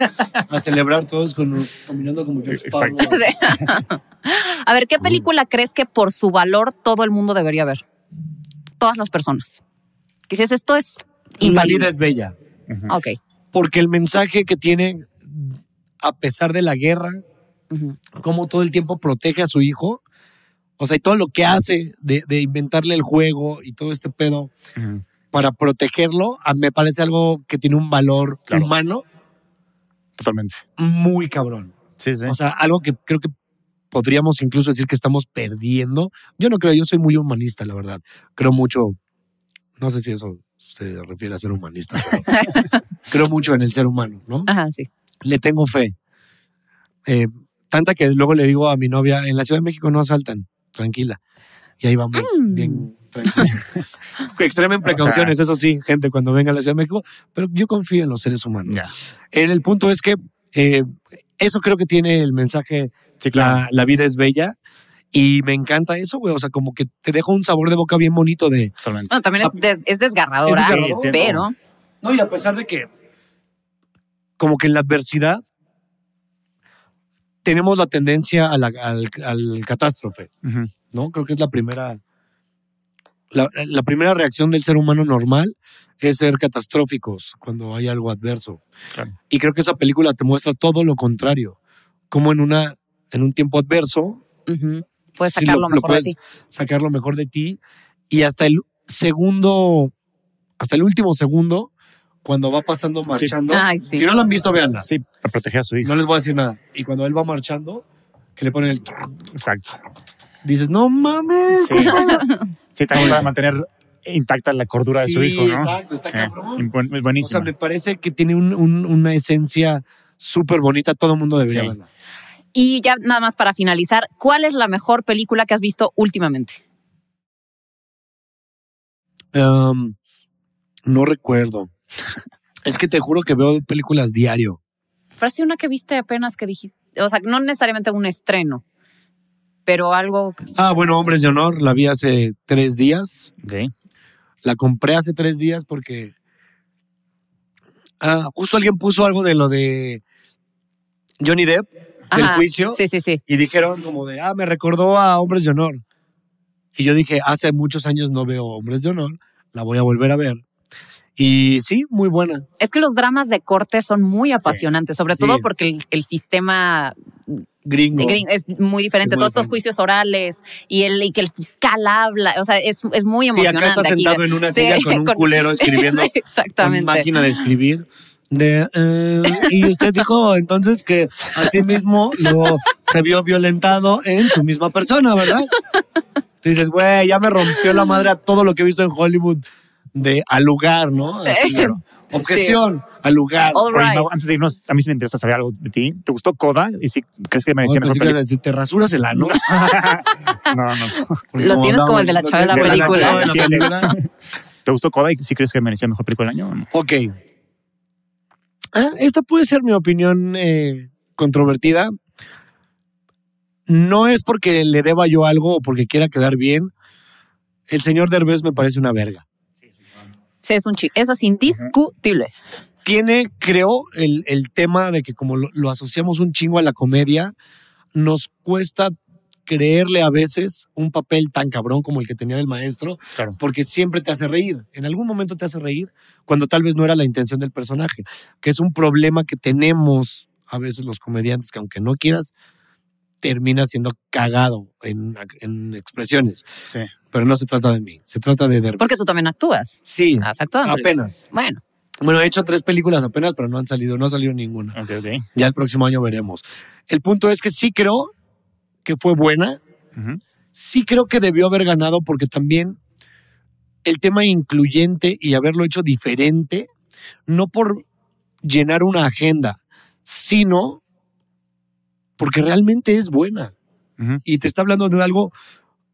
S2: a celebrar todos con caminando como Jack Sparrow.
S3: Exacto.
S1: A ver, ¿qué película crees que por su valor todo el mundo debería ver? Todas las personas. Quizás esto es
S2: La vida
S1: infalible.
S2: es bella.
S1: Ok.
S2: Porque el mensaje que tiene, a pesar de la guerra,
S1: Ujú.
S2: cómo todo el tiempo protege a su hijo. O sea, y todo lo que hace de, de inventarle el juego y todo este pedo
S3: Ujú.
S2: para protegerlo, a- me parece algo que tiene un valor
S3: Claro.
S2: humano
S3: Totalmente.
S2: muy cabrón.
S3: Sí, sí.
S2: O sea, algo que creo que podríamos incluso decir que estamos perdiendo. Yo no creo, yo soy muy humanista, la verdad. Creo mucho, no sé si eso se refiere a ser humanista. pero creo mucho en el ser humano, ¿no?
S1: Ajá, sí.
S2: Le tengo fe. Eh, tanta que luego le digo a mi novia, en la Ciudad de México no asaltan, tranquila. Y ahí vamos,
S1: Mm.
S2: bien. tranquilos. Extremen precauciones, eso sí, gente, cuando venga a la Ciudad de México, pero yo confío en los seres humanos.
S3: Ya.
S2: En el punto es que eh, eso creo que tiene el mensaje
S3: Sí, claro.
S2: la, la vida es bella. Y me encanta eso, güey. O sea, como que te deja un sabor de boca bien bonito de.
S3: Totalmente.
S1: No, también es, des- es desgarradora,
S2: Ah, Es desgarrador.
S3: Sí,
S1: pero
S2: No, y a pesar de que. Como que en la adversidad. Tenemos la tendencia a la- al, al catástrofe,
S3: Ujú.
S2: ¿no? Creo que es la primera. La, la primera reacción del ser humano normal es ser catastróficos cuando hay algo adverso.
S3: Claro.
S2: Y creo que esa película te muestra todo lo contrario. Como en, una, en un tiempo adverso
S1: ujú, puedes
S2: sí,
S1: sacar lo, mejor de
S2: puedes
S1: ti.
S2: sacar lo mejor de ti. Y hasta el segundo, hasta el último segundo, cuando va pasando marchando.
S1: Ay, sí.
S2: Si no lo han visto, véanla.
S3: Sí, para proteger a su hijo.
S2: No les voy a decir nada. Y cuando él va marchando, que le ponen el...
S3: Exacto.
S2: Dices, no mames.
S3: Sí. sí, también para mantener intacta la cordura de su
S2: Sí,
S3: hijo, ¿no?
S2: exacto, está cabrón.
S3: Y buen-
S2: O
S3: Es
S2: sea,
S3: buenísimo.
S2: me parece que tiene un- un- una esencia súper bonita. Todo el mundo debería
S3: Sí.
S2: verla.
S1: Y ya nada más para finalizar, ¿cuál es la mejor película que has visto últimamente?
S2: Um, no recuerdo. es que te juro que veo películas diario.
S1: Parece una que viste apenas que dijiste, o sea, no necesariamente un estreno, pero algo
S2: Ah, bueno, Hombres de Honor, la vi hace tres días.
S3: Ok.
S2: La compré hace tres días porque. Ah, justo alguien puso algo de lo de Johnny Depp, del
S1: Ajá,
S2: juicio,
S1: Sí, sí, sí.
S2: y dijeron como de, ah, me recordó a Hombres de Honor. Y yo dije, hace muchos años no veo Hombres de Honor, la voy a volver a ver. Y sí, muy buena.
S1: Es que los dramas de corte son muy apasionantes, sobre
S2: Sí.
S1: todo porque el, el sistema
S2: Gringo.
S1: de Green es muy diferente.
S2: Es muy
S1: Todos estos
S2: diferente.
S1: juicios orales y, el, y que el fiscal habla, o sea, es, es muy
S2: Sí,
S1: emocionante.
S2: acá está
S1: aquí.
S2: sentado en una
S1: Sí,
S2: silla con un
S1: con-
S2: culero escribiendo
S1: Sí,
S2: con
S1: exactamente.
S2: máquina de escribir. De, eh, y usted dijo entonces que a sí mismo lo, se vio violentado en su misma persona, ¿verdad? Tú dices, güey, ya me rompió la madre a todo lo que he visto en Hollywood de al lugar, ¿no? Así,
S1: Eh,
S2: ¿no? Objeción, al lugar.
S1: All
S3: Oye,
S1: right.
S3: Mau, antes de irnos, a mí sí me interesa saber algo de ti. ¿Te gustó Coda? ¿Y si crees que
S2: Pensé
S3: merecía mejor
S2: que ibas a
S3: película?
S2: decir, te rasuras el ano.
S3: No, no, no.
S2: Porque
S1: Lo tienes como
S2: andaba
S1: el de la
S2: diciendo
S1: chava de la
S2: que era
S1: película.
S2: chava de la película.
S3: ¿Te gustó Coda y si crees que merecía mejor película del año? o no?
S2: Ok. Ah, esta puede ser mi opinión eh, controvertida. No es porque le deba yo algo o porque quiera quedar bien. El señor Derbez me parece una verga.
S1: Sí, es un chi- Eso es indiscutible.
S2: Tiene, creo, el, el tema de que como lo, lo asociamos un chingo a la comedia, nos cuesta creerle a veces un papel tan cabrón como el que tenía el maestro,
S3: Claro.
S2: porque siempre te hace reír. En algún momento te hace reír cuando tal vez no era la intención del personaje, que es un problema que tenemos a veces los comediantes, que aunque no quieras, termina siendo cagado en, en expresiones.
S3: Sí.
S2: Pero no se trata de mí, se trata de Derby.
S1: Porque tú también actúas.
S3: Mm.
S2: Sí,
S1: Has actuado. en
S2: apenas.
S1: películas. Bueno,
S2: Bueno, he hecho tres películas apenas, pero no han salido, no ha salido ninguna.
S3: Ok, ok.
S2: Ya el próximo año veremos. El punto es que sí creo que fue buena,
S3: Ujú.
S2: sí creo que debió haber ganado porque también el tema incluyente y haberlo hecho diferente, no por llenar una agenda, sino porque realmente es buena
S3: Ujú.
S2: y te está hablando de algo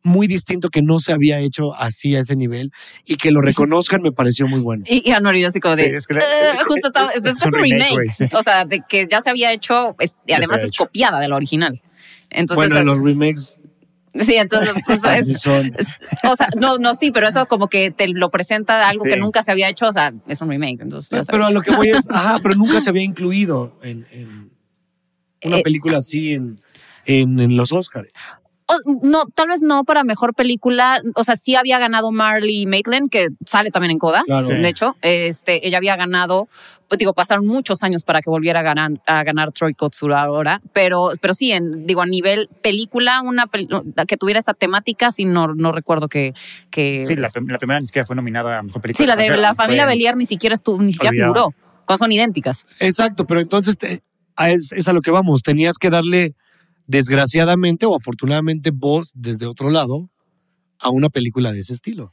S2: muy distinto que no se había hecho así a ese nivel y que lo reconozcan me pareció muy bueno.
S1: y, y Anuario así como de.
S3: Sí, es que la-
S1: "Eh", justo estaba, es,
S3: es- es
S1: es un remake.
S3: güey, sí.
S1: O sea, de que ya se había hecho, es- y
S3: Ya se
S1: además
S3: había
S1: es
S3: hecho.
S1: copiada de la original. Entonces, eh, pues,
S2: bueno, los remakes
S1: sí, entonces, justo es-
S2: así son.
S1: o sea, no, no, sí, pero eso como que te lo presenta algo
S3: Sí.
S1: que nunca se había hecho, o sea, es un remake. Entonces, ya
S2: Pero,
S1: se
S2: pero a
S1: había
S2: lo que voy es, ajá, pero nunca se había incluido en, en una
S1: Eh,
S2: película así en, en, en los Oscars.
S1: hecho. O- no, tal vez no para mejor película, o sea, sí había ganado Marley Maitland, que sale también en Coda.
S2: Claro.
S3: Sí.
S1: De hecho, este, ella había ganado, pues, digo, pasaron muchos años para que volviera a ganar, a ganar Troy Kotsur ahora, pero, pero sí, en, digo, a nivel película, una peli- que tuviera esa temática, sí, no, no recuerdo que... que
S3: Sí, la, prim- la primera ni siquiera fue nominada a mejor película.
S1: sí, la de
S3: extranjera,
S1: la
S3: fue-
S1: familia Belier ni siquiera estuvo, ni siquiera
S3: Olvidada.
S1: figuró, cuando son idénticas.
S2: Exacto, pero entonces te- a es, es a lo que vamos. Tenías que darle, desgraciadamente o afortunadamente, voz desde otro lado a una película de ese estilo.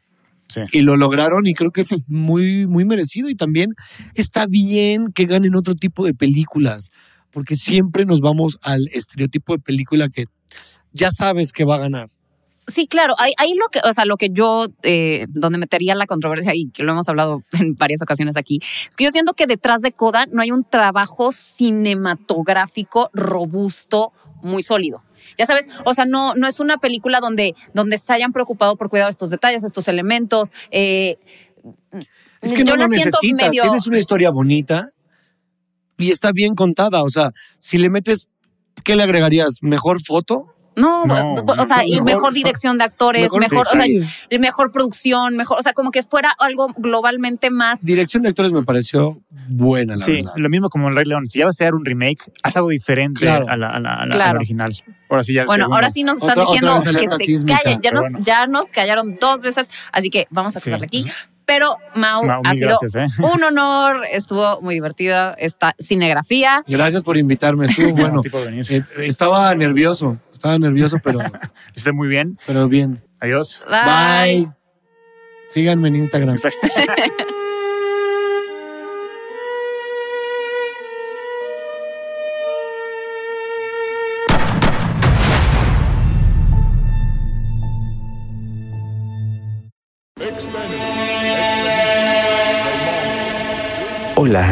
S3: Sí.
S2: Y lo lograron y creo que muy, muy merecido. Y también está bien que ganen otro tipo de películas, porque siempre nos vamos al estereotipo de película que ya sabes que va a ganar.
S1: Sí, claro. Ahí, ahí lo que, o sea, lo que yo, eh, donde metería la controversia y que lo hemos hablado en varias ocasiones aquí, es que yo siento que detrás de Coda no hay un trabajo cinematográfico robusto, muy sólido. Ya sabes, o sea, no, no es una película donde, donde se hayan preocupado por cuidar estos detalles, estos elementos. eh,
S2: Es que no
S1: yo
S2: lo
S1: la siento
S2: necesitas.
S1: medio-
S2: Tienes una historia bonita y está bien contada. O sea, si le metes, ¿qué le agregarías? ¿Mejor foto?
S1: No,
S3: No,
S1: o sea, y
S2: mejor-
S1: mejor dirección de actores, Pues, mejor,
S2: Mejor-
S1: o sea,
S2: sí.
S1: y mejor producción, mejor, o sea, como que fuera algo globalmente más.
S2: Dirección de actores me pareció buena, la
S3: Sí,
S2: verdad.
S3: lo mismo como el Rey León. Si ya vas a hacer un remake, haz algo diferente
S2: Claro.
S3: a, la, a la- a la- a la
S1: Claro.
S3: original. Ahora sí, ya el
S1: Bueno,
S3: segundo.
S1: ahora sí nos están
S2: Otra- otra
S1: diciendo
S2: vez
S1: que
S2: alerta
S1: se
S2: sísmica,
S1: callen. Ya
S3: pero
S1: nos,
S3: bueno.
S1: ya nos callaron dos veces, así que vamos a
S3: Sí.
S1: cerrar aquí. Pero Mau,
S3: Mau,
S1: ha
S3: mil
S1: sido
S3: gracias, ¿eh?
S1: un honor, estuvo muy divertido esta cinegrafía.
S2: Gracias por invitarme. Estuvo
S3: Bueno,
S2: bueno.
S3: tipo de venir.
S2: Eh, Estaba nervioso. Estaba nervioso, pero,
S3: Lo hiciste muy bien.
S2: pero bien.
S3: Adiós.
S2: eh,
S1: Bye.
S2: Bye. Síganme en Instagram.
S4: Hola,